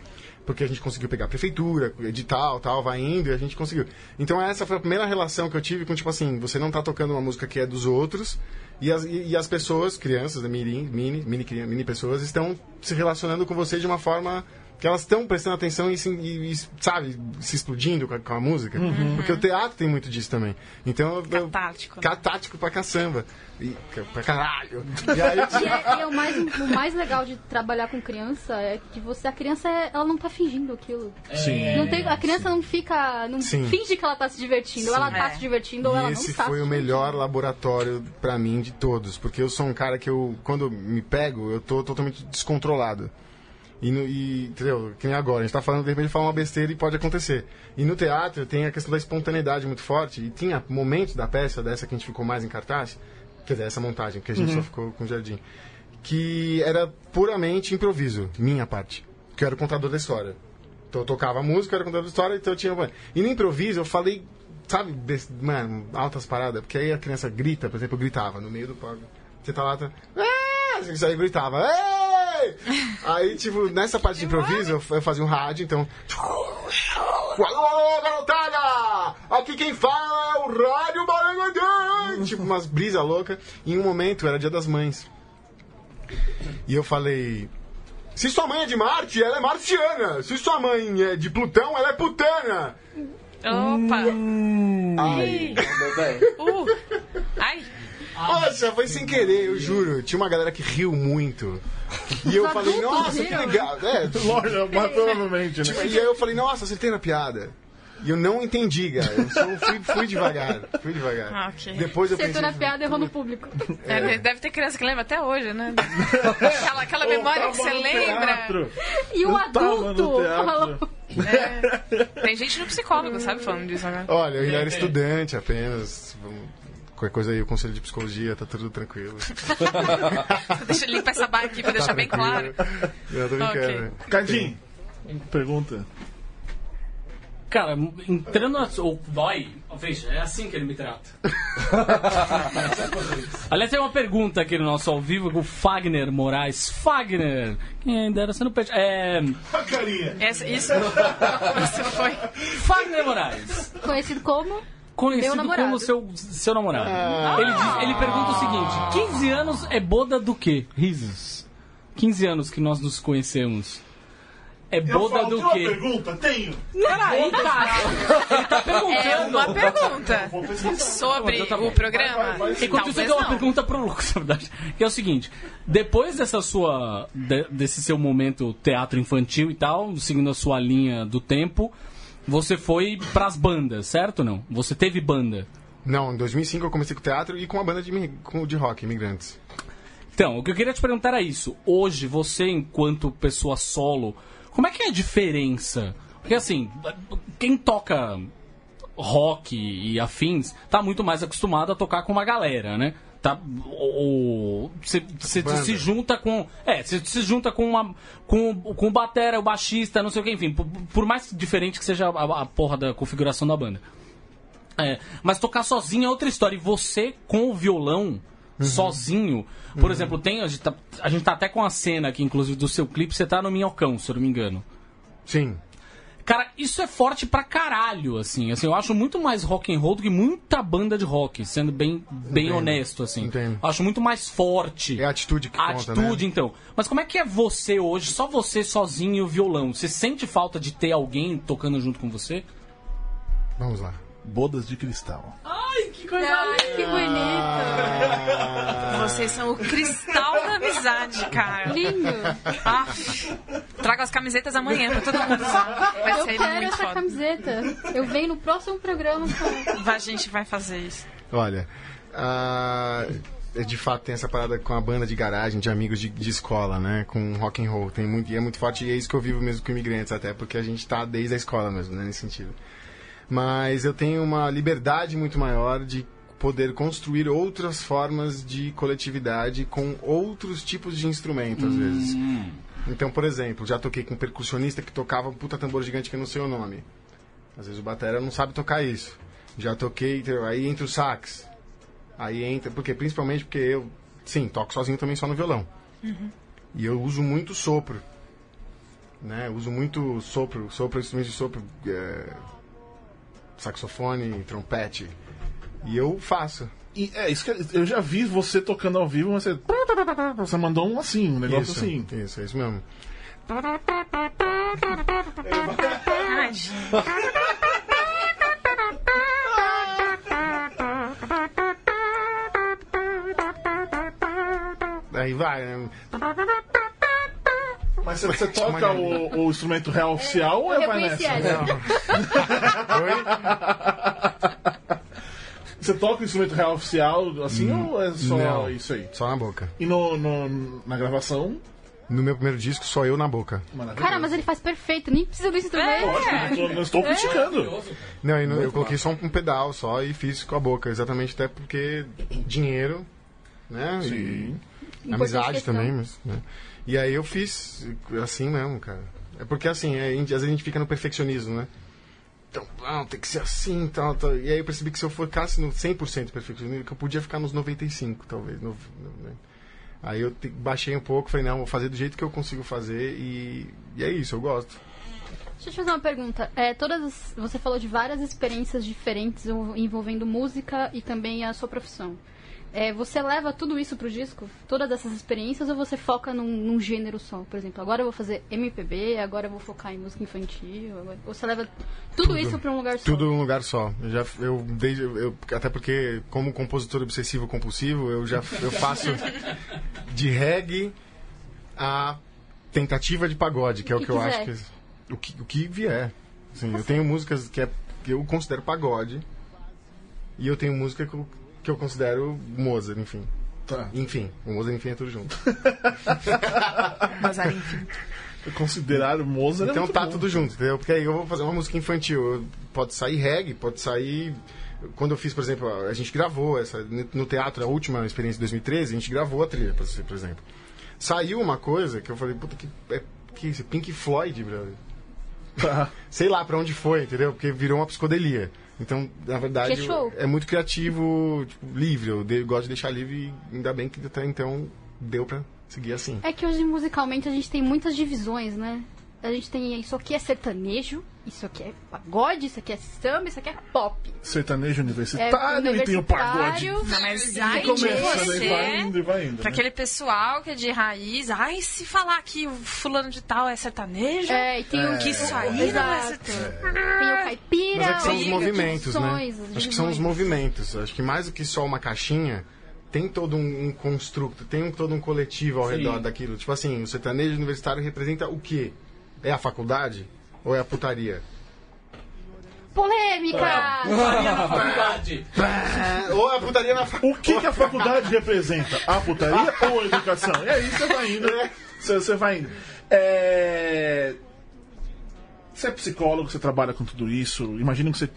[SPEAKER 7] porque a gente conseguiu pegar a prefeitura, edital, tal, vai indo e a gente conseguiu. Então essa foi a primeira relação que eu tive com, tipo assim, você não tá tocando uma música que é dos outros e as, e, e as pessoas, crianças, né, mini, mini, mini, cri- mini pessoas, estão se relacionando com você de uma forma que elas estão prestando atenção e, se- e- e, sabe, se explodindo com a, com a música. Uhum. Porque o teatro tem muito disso também. Então, eu- eu-
[SPEAKER 3] Catártico, né?
[SPEAKER 7] Catártico pra caçamba. E, pra caralho. E aí,
[SPEAKER 4] E é, e é o, mais, o mais legal de trabalhar com criança é que você, a criança é- ela não tá fingindo aquilo.
[SPEAKER 7] Sim.
[SPEAKER 4] Não tem, a criança não fica. Não
[SPEAKER 7] Sim.
[SPEAKER 4] finge que ela tá se divertindo. Ou ela tá
[SPEAKER 3] É.
[SPEAKER 4] se divertindo ou
[SPEAKER 7] E
[SPEAKER 4] ela não
[SPEAKER 7] esse
[SPEAKER 4] tá.
[SPEAKER 7] foi o melhor laboratório pra mim de todos, porque eu sou um cara que eu, quando me pego, eu tô totalmente descontrolado. E, no- e, entendeu? Que nem agora, a gente tá falando, de repente fala uma besteira e pode acontecer. E no teatro tem a questão da espontaneidade muito forte, e tinha momentos da peça, dessa que a gente ficou mais em cartaz, quer dizer, essa montagem, que a gente só ficou com o jardim, que era puramente improviso, minha parte, que eu era o contador da história. Então eu tocava música, era contador de história, então eu tinha. E no improviso eu falei, sabe, bes- mano, altas paradas, porque aí a criança grita, por exemplo, eu gritava no meio do palco. Você tá lá, tá. "Ah!" Isso aí gritava. "Ei!" Aí, tipo, nessa parte de improviso, eu eu fazia um rádio, então. Alô, alô, garotada! Aqui quem fala é o Rádio Barangandã! Tipo, umas brisa louca. E em um momento era dia das mães. E eu falei. Se sua mãe é de Marte, ela é marciana. Se sua mãe é de Plutão, ela é putana.
[SPEAKER 3] Opa!
[SPEAKER 7] Ai.
[SPEAKER 5] Meu bem.
[SPEAKER 3] Uh! Ai!
[SPEAKER 7] Nossa, foi sem querer, eu juro. Tinha uma galera que riu muito. E eu
[SPEAKER 4] Os
[SPEAKER 7] falei,
[SPEAKER 4] adultos
[SPEAKER 7] nossa, que
[SPEAKER 4] riram, né?
[SPEAKER 7] legal. É,
[SPEAKER 2] Lógico, mas provavelmente, né?
[SPEAKER 7] Tipo, e aí eu falei, nossa, acertei na piada. E eu não entendi, cara. Eu só fui, fui devagar, fui devagar.
[SPEAKER 3] Ah, ok.
[SPEAKER 7] Depois eu
[SPEAKER 4] Acertou
[SPEAKER 7] pensei...
[SPEAKER 4] na piada, errou no público.
[SPEAKER 2] É.
[SPEAKER 3] Deve- Deve ter criança que lembra até hoje, né? Aquela, aquela memória que você
[SPEAKER 2] Tava no
[SPEAKER 3] lembra.
[SPEAKER 2] teatro.
[SPEAKER 4] E o
[SPEAKER 2] Eu tava
[SPEAKER 4] adulto
[SPEAKER 2] no teatro.
[SPEAKER 4] falou.
[SPEAKER 3] né? Tem gente no psicólogo, sabe, falando disso agora.
[SPEAKER 7] Olha, eu era estudante apenas. Qualquer coisa aí, o conselho de psicologia, tá tudo tranquilo.
[SPEAKER 3] Deixa eu limpar essa barra aqui pra deixar
[SPEAKER 2] Tá
[SPEAKER 3] bem claro.
[SPEAKER 7] Eu tô brincando.
[SPEAKER 2] Cadinho, pergunta.
[SPEAKER 1] Cara, entrando na. Ou dói. Veja, é assim que ele me trata. Aliás, tem uma pergunta aqui no nosso ao vivo com o Fagner Moraes. Fagner! Quem dera você não perde. É.
[SPEAKER 2] A carinha.
[SPEAKER 3] Essa- isso, isso foi.
[SPEAKER 1] Fagner Moraes!
[SPEAKER 4] Conhecido como? Meu
[SPEAKER 1] Conhecido
[SPEAKER 4] namorado.
[SPEAKER 1] como seu, seu namorado.
[SPEAKER 2] Ah.
[SPEAKER 1] Ele, diz- ele pergunta o seguinte: 15 anos é boda do quê? Risos. 15 anos que nós nos conhecemos. É
[SPEAKER 2] Eu
[SPEAKER 1] boda
[SPEAKER 2] falo, tem
[SPEAKER 1] do
[SPEAKER 2] uma
[SPEAKER 1] quê?
[SPEAKER 2] pergunta? Tenho.
[SPEAKER 1] Peraí, cara. Ele tá
[SPEAKER 3] É
[SPEAKER 1] perguntando.
[SPEAKER 3] uma pergunta sobre
[SPEAKER 2] tá
[SPEAKER 3] o programa.
[SPEAKER 1] E quando isso aqui é uma pergunta pro Lucas, na verdade. Que é o seguinte: depois dessa sua. de- desse seu momento teatro infantil e tal, seguindo a sua linha do tempo, você foi pras bandas, certo ou não? Você teve banda.
[SPEAKER 7] Não, em 2005 eu comecei com teatro e com uma banda de, imig- com- de rock, Imigrantes.
[SPEAKER 1] Então, o que eu queria te perguntar era isso. Hoje, você, enquanto pessoa solo, como é que é a diferença? Porque, assim, quem toca rock e afins tá muito mais acostumado a tocar com uma galera, né? Tá, ou você
[SPEAKER 7] Banda.
[SPEAKER 1] se junta com. É, você se junta com uma. Com, com o batera, o baixista, não sei o que, enfim. Por, por mais diferente que seja a, a porra da configuração da banda. É, mas tocar sozinho é outra história. E você com o violão
[SPEAKER 7] Uhum.
[SPEAKER 1] sozinho, por exemplo, tem a gente, tá, a gente tá até com a cena aqui, inclusive do seu clipe, você tá no Minhocão, se eu não me engano.
[SPEAKER 7] Sim.
[SPEAKER 1] Cara, isso é forte pra caralho, assim. assim eu acho muito mais rock and roll do que muita banda de rock, sendo bem, bem honesto, assim.
[SPEAKER 7] Entendo.
[SPEAKER 1] Acho muito mais forte.
[SPEAKER 7] É a atitude que
[SPEAKER 1] A
[SPEAKER 7] conta,
[SPEAKER 1] atitude,
[SPEAKER 7] né?
[SPEAKER 1] então. Mas como é que é você hoje, só você sozinho e o violão? Você sente falta de ter alguém tocando junto com você?
[SPEAKER 7] Vamos lá.
[SPEAKER 2] Bodas de cristal.
[SPEAKER 1] Ai, que coisa
[SPEAKER 4] Ai, que bonito.
[SPEAKER 3] Vocês são o cristal da amizade, cara.
[SPEAKER 4] Lindo.
[SPEAKER 3] Ah, trago as camisetas amanhã pra todo mundo usar. Vai
[SPEAKER 4] Eu
[SPEAKER 3] sair
[SPEAKER 4] quero
[SPEAKER 3] muito
[SPEAKER 4] essa
[SPEAKER 3] foda.
[SPEAKER 4] camiseta. Eu venho no próximo programa com.
[SPEAKER 3] Vai, A gente vai fazer isso.
[SPEAKER 7] Olha, ah, de fato tem essa parada com a banda de garagem, de amigos de, de escola, né? Com rock and roll. Tem muito, e é muito forte e é isso que eu vivo mesmo com imigrantes, até porque a gente tá desde a escola mesmo, né? Nesse sentido. Mas eu tenho uma liberdade muito maior de poder construir outras formas de coletividade com outros tipos de instrumento, às vezes. Então, por exemplo, já toquei com um percussionista que tocava um puta tambor gigante que eu não sei o nome. Às vezes o batera não sabe tocar isso. Já toquei, entendeu? aí entra o sax. Aí entra, porque principalmente porque eu, sim, toco sozinho também só no violão. E eu uso muito sopro. Né? Eu uso muito sopro, sopro, instrumentos de sopro, é, saxofone, trompete. E eu faço.
[SPEAKER 2] E é isso que eu já vi você tocando ao vivo, mas você. Você mandou um assim, um negócio
[SPEAKER 7] isso,
[SPEAKER 2] assim.
[SPEAKER 7] Isso, é isso mesmo. Aí vai, né?
[SPEAKER 2] Mas você, você
[SPEAKER 7] é
[SPEAKER 2] toca o, o instrumento real oficial ou
[SPEAKER 4] Eu
[SPEAKER 2] é vai
[SPEAKER 4] reconheci
[SPEAKER 2] nessa?
[SPEAKER 4] essa.
[SPEAKER 2] Você toca o instrumento real oficial assim ou é só
[SPEAKER 7] Hum, Não.
[SPEAKER 2] isso aí?
[SPEAKER 7] Só na boca.
[SPEAKER 2] E no, no- na gravação,
[SPEAKER 7] No meu primeiro disco, só eu na boca.
[SPEAKER 2] maravilha.
[SPEAKER 4] Cara, mas é. ele faz perfeito, nem precisa do instrumento.
[SPEAKER 2] Lógico, não tô- não estou criticando.
[SPEAKER 7] Não, e no- eu coloquei só um pedal só e fiz com a boca, exatamente até porque dinheiro, né?
[SPEAKER 2] Sim.
[SPEAKER 7] E
[SPEAKER 4] Importante
[SPEAKER 7] amizade
[SPEAKER 4] questão.
[SPEAKER 7] também, mas. né. E aí eu fiz assim mesmo, cara. É porque assim, é, a gente- às vezes a gente fica no perfeccionismo, né? Então, ah, tem que ser assim, tal, tal. E aí eu percebi que se eu focasse no 100% perfeccionismo, que eu podia ficar nos 95, talvez. no- no- né. Aí eu te- baixei um pouco, falei, não, vou fazer do jeito que eu consigo fazer e, e é isso, eu gosto.
[SPEAKER 4] Deixa eu te fazer uma pergunta. É, todas as- você falou de várias experiências diferentes envol- envolvendo música e também a sua profissão. É, você leva tudo isso pro disco? Todas essas experiências ou você foca num, num gênero só? Por exemplo, agora eu vou fazer MPB, agora eu vou focar em música infantil. agora- Ou você leva tudo, isso pra um lugar só?
[SPEAKER 7] Tudo num lugar só. Eu já, eu, desde, eu, até porque, como compositor obsessivo compulsivo, eu já eu faço de reggae a tentativa de pagode, que é o
[SPEAKER 4] O
[SPEAKER 7] que,
[SPEAKER 4] que
[SPEAKER 7] eu
[SPEAKER 4] quiser.
[SPEAKER 7] acho que. O que, o que vier. Assim, eu tenho músicas que, é, que eu considero pagode e eu tenho música que eu, que eu considero Mozart, enfim.
[SPEAKER 2] Tá.
[SPEAKER 7] Enfim, o Mozart, enfim, é tudo junto.
[SPEAKER 3] Mas aí, enfim.
[SPEAKER 2] Considerar o É Mozart. é
[SPEAKER 7] Então
[SPEAKER 2] muito
[SPEAKER 7] tá
[SPEAKER 2] bom.
[SPEAKER 7] tudo junto, entendeu? Porque aí eu vou fazer uma música infantil. eu- Pode sair reggae, pode sair. Quando eu fiz, por exemplo, a a gente gravou essa. No teatro, a última experiência de 2013, a gente gravou a trilha, por por exemplo. Saiu uma coisa que eu falei, puta que. É, que isso? Pink Floyd, brother.
[SPEAKER 2] Tá.
[SPEAKER 7] Sei lá pra onde foi, entendeu? Porque virou uma psicodelia. Então, na verdade,
[SPEAKER 4] Que show.
[SPEAKER 7] é muito criativo, tipo, livre. Eu de- gosto de deixar livre e ainda bem que até então deu pra seguir assim.
[SPEAKER 4] É que hoje musicalmente a gente tem muitas divisões, né? A gente tem isso aqui é sertanejo, isso aqui é pagode, isso aqui é samba, isso aqui é pop.
[SPEAKER 2] Sertanejo
[SPEAKER 4] É
[SPEAKER 2] universitário e tem o pagode.
[SPEAKER 4] universitário, é
[SPEAKER 3] Não, mas ai de
[SPEAKER 2] Começa, daí vai
[SPEAKER 3] você.
[SPEAKER 2] indo e vai indo.
[SPEAKER 3] Pra
[SPEAKER 2] né?
[SPEAKER 3] aquele pessoal que é de raiz, ai, se falar que o fulano de tal é sertanejo,
[SPEAKER 4] É, e tem o
[SPEAKER 3] que isso aí não é
[SPEAKER 4] Exato.
[SPEAKER 3] sertanejo.
[SPEAKER 4] Tem o caipira,
[SPEAKER 7] Mas é que são os
[SPEAKER 4] tem
[SPEAKER 7] movimentos, né?
[SPEAKER 4] divisões, as
[SPEAKER 7] Acho que são os
[SPEAKER 4] divisões.
[SPEAKER 7] movimentos. Acho que mais do que só uma caixinha, tem todo um, um construto, tem um- todo um coletivo ao redor daquilo. Tipo assim, o sertanejo universitário representa o quê? É a faculdade ou é a putaria?
[SPEAKER 4] Polêmica!
[SPEAKER 5] Verdade.
[SPEAKER 7] ou é a putaria na faculdade?
[SPEAKER 2] O que, que a faculdade representa? A putaria ou a educação? E aí você vai indo,
[SPEAKER 3] É.
[SPEAKER 2] né? Você, você vai indo. É... Você é psicólogo, você trabalha com tudo isso. Imagina que você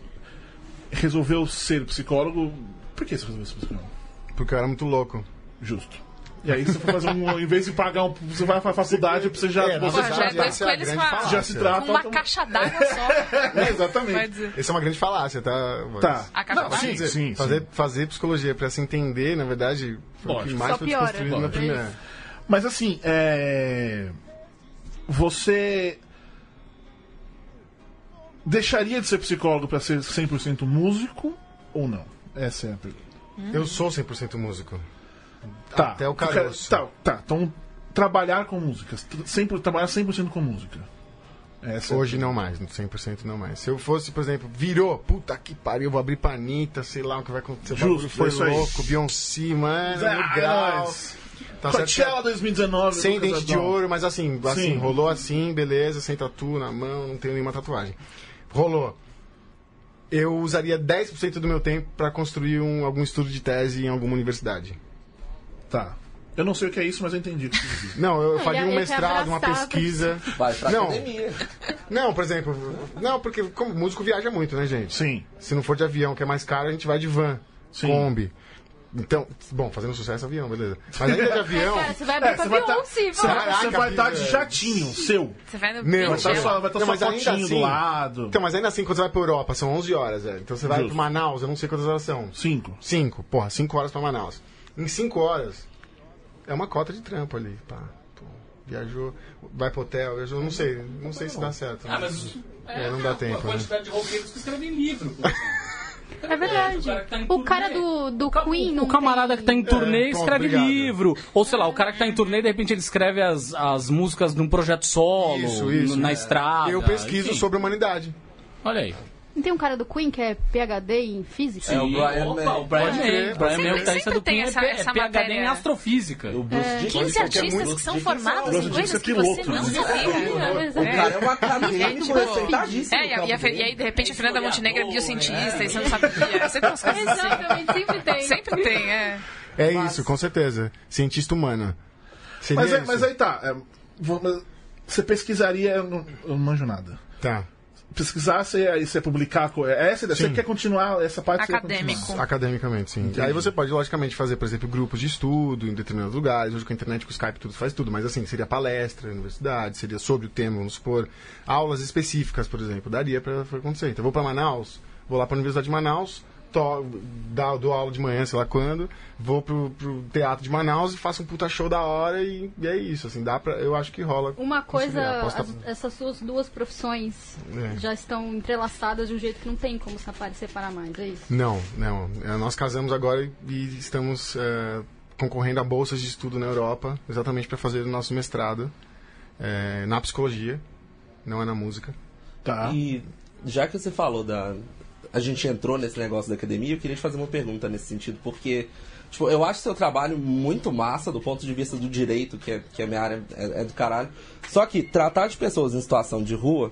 [SPEAKER 2] resolveu ser psicólogo. Por que você resolveu ser psicólogo?
[SPEAKER 7] Porque eu era muito louco.
[SPEAKER 2] Justo. E aí você foi fazer um. Em vez de pagar um. Você vai pra faculdade pra você já.
[SPEAKER 7] É, na
[SPEAKER 2] você
[SPEAKER 3] já
[SPEAKER 7] verdade,
[SPEAKER 3] é dois
[SPEAKER 7] essa a
[SPEAKER 3] coelhos
[SPEAKER 7] grande
[SPEAKER 3] com a-
[SPEAKER 7] falácia.
[SPEAKER 2] Já se trata.
[SPEAKER 3] com
[SPEAKER 4] um
[SPEAKER 3] uma caixa d'água só.
[SPEAKER 7] É,
[SPEAKER 3] Vai
[SPEAKER 7] exatamente.
[SPEAKER 3] dizer.
[SPEAKER 7] Essa é uma grande falácia, tá? Mas-
[SPEAKER 2] Tá.
[SPEAKER 3] A caixa
[SPEAKER 2] Não,
[SPEAKER 3] d'água?
[SPEAKER 7] Quer
[SPEAKER 2] sim,
[SPEAKER 7] dizer,
[SPEAKER 2] sim,
[SPEAKER 7] fazer,
[SPEAKER 2] sim.
[SPEAKER 7] fazer psicologia pra se entender, na verdade, foi o que
[SPEAKER 2] Lógico.
[SPEAKER 7] mais
[SPEAKER 4] Só
[SPEAKER 7] foi
[SPEAKER 4] piora.
[SPEAKER 7] desconstruído na
[SPEAKER 4] Lógico.
[SPEAKER 7] primeira.
[SPEAKER 2] Mas assim, é... você deixaria de ser psicólogo para ser 100% músico ou não? Essa é a pergunta.
[SPEAKER 7] Eu sou 100% músico.
[SPEAKER 2] Tá.
[SPEAKER 7] Até o
[SPEAKER 2] Cara-
[SPEAKER 7] caroço.
[SPEAKER 2] Tá, tá. Então, trabalhar com música. Sempre, trabalhar 100% com música. Essa é a
[SPEAKER 7] Hoje não mais, 100% não mais. Se eu fosse, por exemplo, virou, puta que pariu, vou abrir pra Anitta, sei lá o que vai acontecer. o
[SPEAKER 2] Justo, é
[SPEAKER 7] bagulho foi
[SPEAKER 2] isso aí.
[SPEAKER 7] louco, Beyoncé, mano,
[SPEAKER 2] Ah,
[SPEAKER 7] legal.
[SPEAKER 2] nós.
[SPEAKER 7] Tá certo que
[SPEAKER 2] Coachella 2019.
[SPEAKER 7] sem
[SPEAKER 2] Lucas
[SPEAKER 7] dente de
[SPEAKER 2] Adão.
[SPEAKER 7] ouro, mas assim, assim,
[SPEAKER 2] Sim.
[SPEAKER 7] rolou assim, beleza, sem tatu na mão, não tenho nenhuma tatuagem. Rolou. Eu usaria 10% do meu tempo pra construir um, algum estudo de tese em alguma universidade.
[SPEAKER 2] Tá. Eu não sei o que é isso, mas eu entendi. o que você quis dizer.
[SPEAKER 7] Não, eu
[SPEAKER 4] Ele-
[SPEAKER 7] faria um
[SPEAKER 4] ele quer
[SPEAKER 7] mestrado, uma
[SPEAKER 4] abraçar,
[SPEAKER 7] pesquisa.
[SPEAKER 5] Vai pra
[SPEAKER 7] Não.
[SPEAKER 5] academia.
[SPEAKER 7] Não, por exemplo, não, porque como músico viaja muito, né, gente?
[SPEAKER 2] Sim.
[SPEAKER 7] Se não for de avião, que é mais caro, a gente vai de van,
[SPEAKER 2] Sim.
[SPEAKER 7] Kombi. Então, bom, fazendo sucesso avião, beleza. Mas ainda de avião.
[SPEAKER 4] Cara, você vai abrir
[SPEAKER 2] você
[SPEAKER 4] pra
[SPEAKER 2] vai tá-
[SPEAKER 4] Beyoncé,
[SPEAKER 2] Você vai-
[SPEAKER 7] Caraca,
[SPEAKER 2] você vai estar de
[SPEAKER 7] velho.
[SPEAKER 2] jatinho, seu.
[SPEAKER 3] Você vai no
[SPEAKER 7] Não,
[SPEAKER 2] Vai
[SPEAKER 3] beach,
[SPEAKER 2] estar
[SPEAKER 7] Entendeu?
[SPEAKER 2] só, vai tá
[SPEAKER 7] Não,
[SPEAKER 2] só
[SPEAKER 7] mas ainda
[SPEAKER 2] fotinho do
[SPEAKER 7] assim-
[SPEAKER 2] lado.
[SPEAKER 7] Então, mas ainda assim, quando você vai pra Europa, são 11 horas, velho. Então você vai
[SPEAKER 2] Justo.
[SPEAKER 7] pra Manaus, eu não sei quantas horas são.
[SPEAKER 2] Cinco.
[SPEAKER 7] Cinco, porra, cinco horas pra Manaus. Em cinco horas, é uma cota de trampo ali, pá. Pô, viajou, vai pro hotel, viajou, não sei, não sei se dá certo. né?
[SPEAKER 1] Ah, mas.
[SPEAKER 7] É, não dá tempo,
[SPEAKER 1] A
[SPEAKER 7] né?
[SPEAKER 1] quantidade de roqueiros que escrevem livro. pô.
[SPEAKER 4] É verdade.
[SPEAKER 1] O cara que tá em
[SPEAKER 4] O cara
[SPEAKER 1] turnê.
[SPEAKER 4] do, do
[SPEAKER 1] O ca-
[SPEAKER 4] Queen.
[SPEAKER 1] o,
[SPEAKER 4] não
[SPEAKER 1] o camarada
[SPEAKER 4] tem-
[SPEAKER 1] que tá em turnê
[SPEAKER 7] É, pô,
[SPEAKER 1] escreve
[SPEAKER 7] obrigado.
[SPEAKER 1] livro. Ou sei lá, o cara que tá em turnê, de repente ele escreve as, as músicas num projeto solo,
[SPEAKER 7] Isso, isso,
[SPEAKER 1] na
[SPEAKER 7] é.
[SPEAKER 1] estrada.
[SPEAKER 7] Eu pesquiso
[SPEAKER 1] enfim.
[SPEAKER 7] sobre a humanidade.
[SPEAKER 1] Olha aí.
[SPEAKER 4] Não tem um cara do Queen que é PHD em física?
[SPEAKER 5] É o Brian
[SPEAKER 1] Opa,
[SPEAKER 5] May.
[SPEAKER 1] o Brian
[SPEAKER 7] Pode
[SPEAKER 1] May.
[SPEAKER 7] crer,
[SPEAKER 1] O Brian May é
[SPEAKER 7] pode
[SPEAKER 1] o
[SPEAKER 7] crer.
[SPEAKER 1] guitarrista
[SPEAKER 3] Sempre
[SPEAKER 1] do Queen.
[SPEAKER 3] tem essa-
[SPEAKER 1] é P-
[SPEAKER 3] essa
[SPEAKER 1] é PHD em
[SPEAKER 3] matéria.
[SPEAKER 1] astrofísica.
[SPEAKER 5] O Bruce Dickinson,
[SPEAKER 3] 15
[SPEAKER 5] qualquer
[SPEAKER 3] É, artistas
[SPEAKER 5] músico,
[SPEAKER 3] que são
[SPEAKER 5] Dickinson,
[SPEAKER 3] formados né?
[SPEAKER 2] Bruce
[SPEAKER 3] em coisas
[SPEAKER 2] Dickinson é
[SPEAKER 3] que
[SPEAKER 2] piloto,
[SPEAKER 3] você não
[SPEAKER 2] né?
[SPEAKER 3] sabia.
[SPEAKER 4] Pois
[SPEAKER 5] O
[SPEAKER 4] é.
[SPEAKER 5] cara é um acadêmico
[SPEAKER 3] tipo,
[SPEAKER 5] respeitadíssimo.
[SPEAKER 3] É, e, a- e a Fe- e aí de repente a Fernanda Montenegro é biocientista e você não sabia. Você tem umas coisas assim.
[SPEAKER 4] Exatamente, sempre tem.
[SPEAKER 3] Sempre tem, é.
[SPEAKER 7] É isso, com certeza. Cientista humana. Seria
[SPEAKER 2] Mas, é-
[SPEAKER 7] isso?
[SPEAKER 2] mas aí tá. é, vou- mas você pesquisaria. Eu não, eu não manjo nada.
[SPEAKER 7] Tá,
[SPEAKER 2] Pesquisar, você, aí você publicar. co- é Essa, você
[SPEAKER 7] Sim.
[SPEAKER 2] quer continuar essa parte você quer
[SPEAKER 3] Acadêmico.
[SPEAKER 2] continuar.
[SPEAKER 7] academicamente, sim. Aí você pode, logicamente, fazer, por exemplo, grupos de estudo em determinados lugares. Hoje com a internet, com o Skype, tudo faz tudo. Mas assim, seria palestra, universidade, seria sobre o tema, vamos supor. Aulas específicas, por exemplo, daria pra pra acontecer. Então, eu vou pra Manaus, vou lá pra Universidade de Manaus, to, dá, dou aula de manhã, sei lá quando, vou pro, pro teatro de Manaus e faço um puta show da hora e, e é isso, assim, dá pra, eu acho que rola.
[SPEAKER 4] Uma coisa,
[SPEAKER 7] conciliar. Posso tá-
[SPEAKER 4] as- essas suas duas profissões
[SPEAKER 7] É.
[SPEAKER 4] já estão entrelaçadas de um jeito que não tem como separ- separar mais, é isso?
[SPEAKER 7] Não, não. Eh, Nós casamos agora e estamos eh, concorrendo a bolsas de estudo na Europa, exatamente para fazer o nosso mestrado eh, na psicologia, não é na música.
[SPEAKER 2] Tá.
[SPEAKER 5] E já que você falou da. A gente entrou nesse negócio da academia, eu queria te fazer uma pergunta nesse sentido, porque tipo, eu acho seu trabalho muito massa do ponto de vista do direito, que é, que é minha área, é, é do caralho. Só que tratar de pessoas em situação de rua,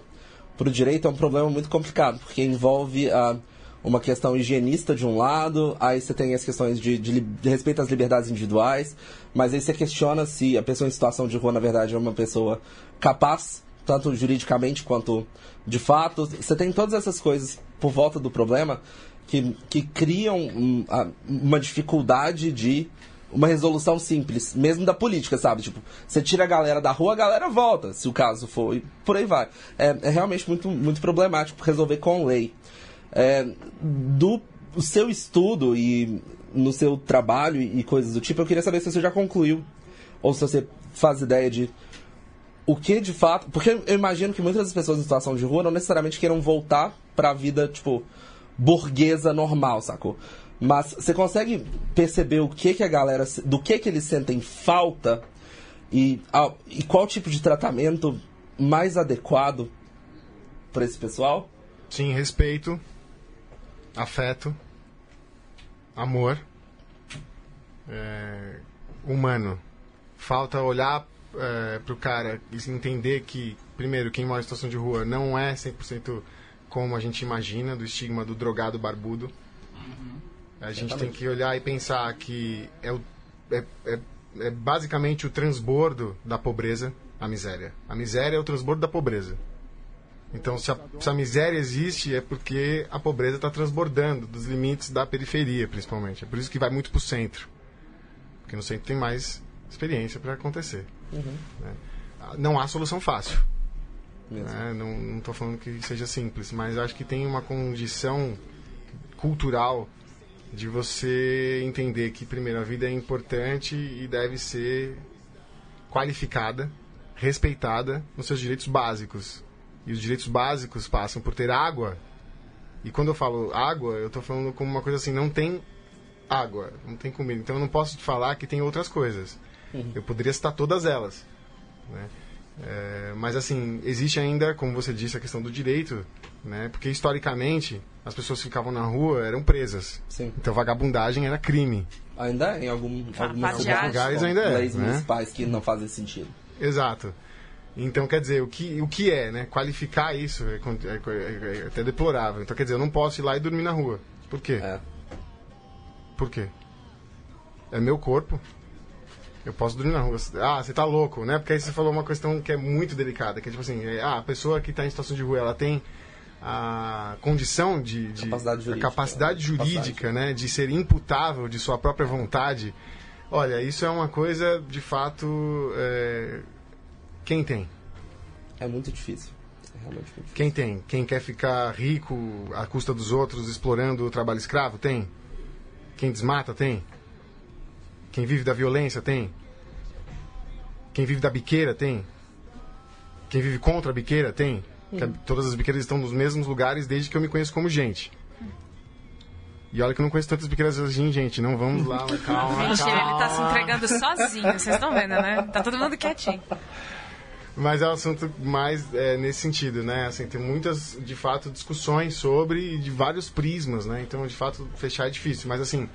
[SPEAKER 5] pro direito é um problema muito complicado, porque envolve ah, uma questão higienista de um lado, aí você tem as questões de, de li- de respeito às liberdades individuais, mas aí você questiona se a pessoa em situação de rua, na verdade, é uma pessoa capaz tanto juridicamente quanto de fato. Você tem todas essas coisas por volta do problema que, que criam hum, a- uma dificuldade de uma resolução simples, mesmo da política, sabe? Tipo, você tira a galera da rua, a galera volta, se o caso for, e por aí vai. É, é realmente muito, muito problemático resolver com lei. É, do o seu estudo e no seu trabalho e coisas do tipo, eu queria saber se você já concluiu ou se você faz ideia de o que de fato. Porque eu imagino que muitas das pessoas em situação de rua não necessariamente queiram voltar pra vida, tipo, burguesa normal, sacou? Mas você consegue perceber o que que a galera. se- do que que eles sentem falta e, ao- e qual tipo de tratamento mais adequado pra esse pessoal?
[SPEAKER 7] Sim, respeito, afeto, amor, eh, humano. Falta olhar eh, pro cara e se entender que, primeiro, quem mora em situação de rua não é 100% como a gente imagina, do estigma do drogado barbudo. A gente tem que olhar e pensar que é, o- é- é- é basicamente o transbordo da pobreza à miséria. A miséria é o transbordo da pobreza. Então, se a, se a miséria existe, é porque a pobreza está transbordando dos limites da periferia, principalmente. É por isso que vai muito para o centro. Porque no centro tem mais experiência para acontecer. né? Ah, Não há solução fácil.
[SPEAKER 5] Mesmo.
[SPEAKER 7] né? Não, não tô falando que seja simples, mas acho que tem uma condição cultural de você entender que, primeiro, a vida é importante e deve ser qualificada, respeitada nos seus direitos básicos. E os direitos básicos passam por ter água. E quando eu falo água, eu tô falando como uma coisa assim, não tem água, não tem comida. Então eu não posso te falar que tem outras coisas. Eu poderia citar todas elas. né? É, mas assim, existe ainda, como você disse, a questão do direito, né? Porque historicamente as pessoas que ficavam na rua eram presas.
[SPEAKER 5] Sim.
[SPEAKER 7] Então vagabundagem era crime.
[SPEAKER 5] Ainda é, em algum, algumas
[SPEAKER 3] Rapaziada.
[SPEAKER 7] Lugares ainda é,
[SPEAKER 5] leis
[SPEAKER 7] né?
[SPEAKER 5] municipais que não fazem sentido.
[SPEAKER 7] Exato. Então, quer dizer, o que, o que é, né? Qualificar isso é, con- é co- é- é até deplorável. Então, quer dizer, eu não posso ir lá e dormir na rua. Por quê?
[SPEAKER 5] É.
[SPEAKER 7] Por quê? É meu corpo. Eu posso dormir na rua. Ah, você tá louco, né? Porque aí você falou uma questão que é muito delicada, que é tipo assim, é, ah, a pessoa que tá em situação de rua, ela tem a condição de, de-
[SPEAKER 5] Capacidade
[SPEAKER 7] a
[SPEAKER 5] jurídica.
[SPEAKER 7] capacidade jurídica, né, de ser imputável de sua própria vontade. Olha, isso é uma coisa de fato é, quem tem.
[SPEAKER 5] É muito difícil. É realmente muito difícil.
[SPEAKER 7] Quem tem? Quem quer ficar rico à custa dos outros, explorando o trabalho escravo? Tem. Quem desmata? Tem. Quem vive da violência? Tem. Quem vive da biqueira? Tem. Quem vive contra a biqueira? Tem. Que Todas as biqueiras estão nos mesmos lugares desde que eu me conheço como gente. E olha que eu não conheço tantas biqueiras assim, gente. Não vamos lá, mas calma.
[SPEAKER 3] Gente,
[SPEAKER 7] calma.
[SPEAKER 3] ele tá se entregando sozinho, vocês estão vendo, né? Tá todo mundo quietinho.
[SPEAKER 7] Mas é um assunto mais é, nesse sentido, né? Assim, tem muitas, de fato, discussões sobre e de vários prismas, né? Então, de fato, fechar é difícil. Mas, assim,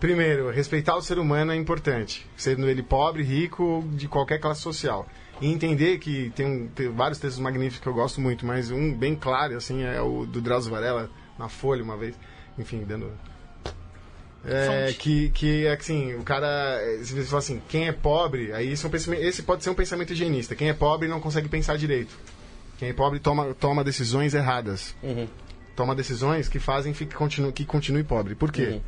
[SPEAKER 7] primeiro, respeitar o ser humano é importante. Sendo ele pobre, rico ou de qualquer classe social. E entender que tem, um, tem vários textos magníficos que eu gosto muito, mas um bem claro, assim, é o do Drauzio Varela, na Folha, uma vez. Enfim, dando é, que, que assim, o cara. eh, Se você fala assim, quem é pobre, aí isso é um pensamento- esse pode ser um pensamento higienista. Quem é pobre não consegue pensar direito. Quem é pobre toma, toma decisões erradas. Toma decisões que fazem fique- continu- que continue pobre. Por quê?
[SPEAKER 5] Uhum.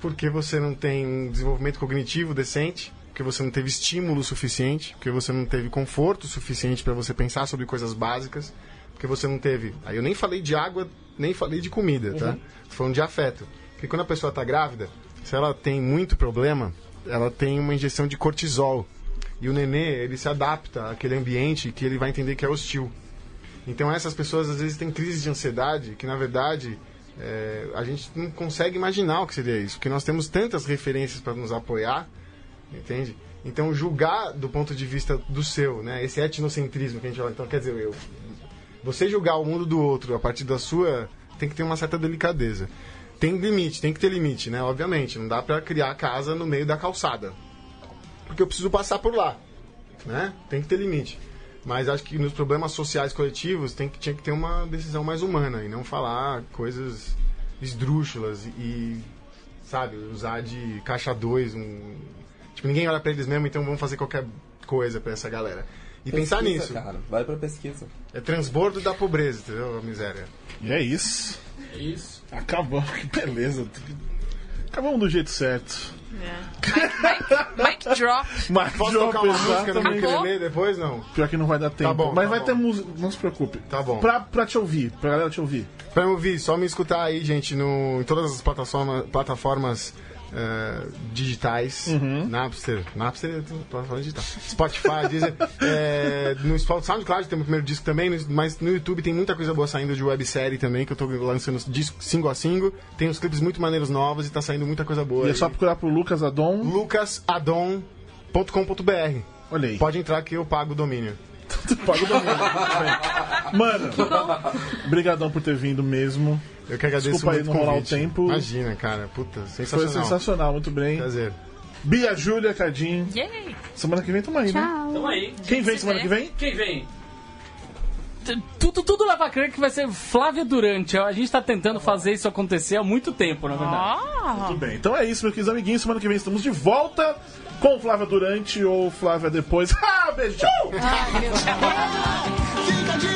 [SPEAKER 7] Porque você não tem um desenvolvimento cognitivo decente, porque você não teve estímulo suficiente, porque você não teve conforto suficiente para você pensar sobre coisas básicas, porque você não teve. Aí eu nem falei de água, nem falei de comida, tá? Tô falando de afeto. Porque quando a pessoa tá grávida, se ela tem muito problema, ela tem uma injeção de cortisol. E o nenê, ele se adapta àquele ambiente que ele vai entender que é hostil. Então essas pessoas às vezes têm crise de ansiedade que na verdade é, a gente não consegue imaginar o que seria isso, porque nós temos tantas referências para nos apoiar, entende? Então julgar do ponto de vista do seu, né? Esse etnocentrismo que a gente fala, então quer dizer eu, você julgar o mundo do outro a partir da sua tem que ter uma certa delicadeza. Tem limite, tem que ter limite, né? Obviamente, não dá para criar casa no meio da calçada, porque eu preciso passar por lá né? Tem que ter limite. Mas acho que nos problemas sociais coletivos tem que, tinha que ter uma decisão mais humana e não falar coisas esdrúxulas e, sabe, usar de caixa dois um... Tipo, ninguém olha pra eles mesmo, então vamos fazer qualquer coisa pra essa galera. E pensar
[SPEAKER 5] Pesquisa,
[SPEAKER 7] nisso.
[SPEAKER 5] Cara, vai pra pesquisa.
[SPEAKER 7] É transbordo da pobreza, entendeu? A miséria.
[SPEAKER 2] E é isso.
[SPEAKER 1] É isso.
[SPEAKER 2] Acabamos, que beleza. Acabamos do jeito certo.
[SPEAKER 3] Mic drop.
[SPEAKER 2] Mas
[SPEAKER 7] Posso
[SPEAKER 2] João,
[SPEAKER 7] tocar uma
[SPEAKER 2] apesar
[SPEAKER 7] música no
[SPEAKER 2] também-
[SPEAKER 7] microfone depois? Não.
[SPEAKER 2] Pior que não vai dar tempo.
[SPEAKER 7] bom,
[SPEAKER 2] Mas
[SPEAKER 7] tá
[SPEAKER 2] vai
[SPEAKER 7] bom.
[SPEAKER 2] ter música, não se preocupe.
[SPEAKER 7] Tá bom.
[SPEAKER 2] Pra, pra te ouvir, pra galera te ouvir.
[SPEAKER 7] Pra me ouvir, só me escutar aí, gente, no, em todas as plataforma, plataformas eh, digitais.
[SPEAKER 2] Uhum.
[SPEAKER 7] Napster. Napster é plataforma digital. Spotify, Deezer. eh, no Spo- SoundCloud tem o primeiro disco também, no- mas no YouTube tem muita coisa boa saindo de websérie também, que eu tô lançando disco single a single. Tem uns clipes muito maneiros novos e tá saindo muita coisa boa.
[SPEAKER 2] E é
[SPEAKER 7] aí.
[SPEAKER 2] só procurar pro Lucas Adon.
[SPEAKER 7] lucasadon.com.br
[SPEAKER 2] Olha aí.
[SPEAKER 7] Pode entrar que eu pago o domínio.
[SPEAKER 2] Paga o
[SPEAKER 7] Tá
[SPEAKER 2] domínio. um Mano, brigadão por ter vindo mesmo.
[SPEAKER 7] Eu que agradeço
[SPEAKER 2] Desculpa aí
[SPEAKER 7] muito
[SPEAKER 2] não rolar o
[SPEAKER 7] convite.
[SPEAKER 2] tempo.
[SPEAKER 7] Imagina, cara. Puta,
[SPEAKER 2] Foi
[SPEAKER 7] sensacional.
[SPEAKER 2] sensacional, muito bem.
[SPEAKER 7] Prazer.
[SPEAKER 2] Bia, Júlia, Cadinho.
[SPEAKER 3] Yay!
[SPEAKER 2] Semana que vem tamo aí,
[SPEAKER 7] Hum.
[SPEAKER 2] né?
[SPEAKER 4] Tchau.
[SPEAKER 1] Tamo aí.
[SPEAKER 2] Quem vem
[SPEAKER 3] Se
[SPEAKER 2] semana
[SPEAKER 3] vê.
[SPEAKER 2] que vem?
[SPEAKER 1] Quem vem? T- Tudo, tudo leva a crer que vai ser Flávia Durante. A gente tá tentando fazer isso acontecer há muito tempo, na verdade.
[SPEAKER 3] Ó,
[SPEAKER 2] Tudo bem. Então é isso, meus queridos amiguinhos. Semana que vem estamos de volta com
[SPEAKER 7] Uh!
[SPEAKER 2] Flávia Durante ou Flávia depois. Ah, beijo, tchau!
[SPEAKER 8] Fica de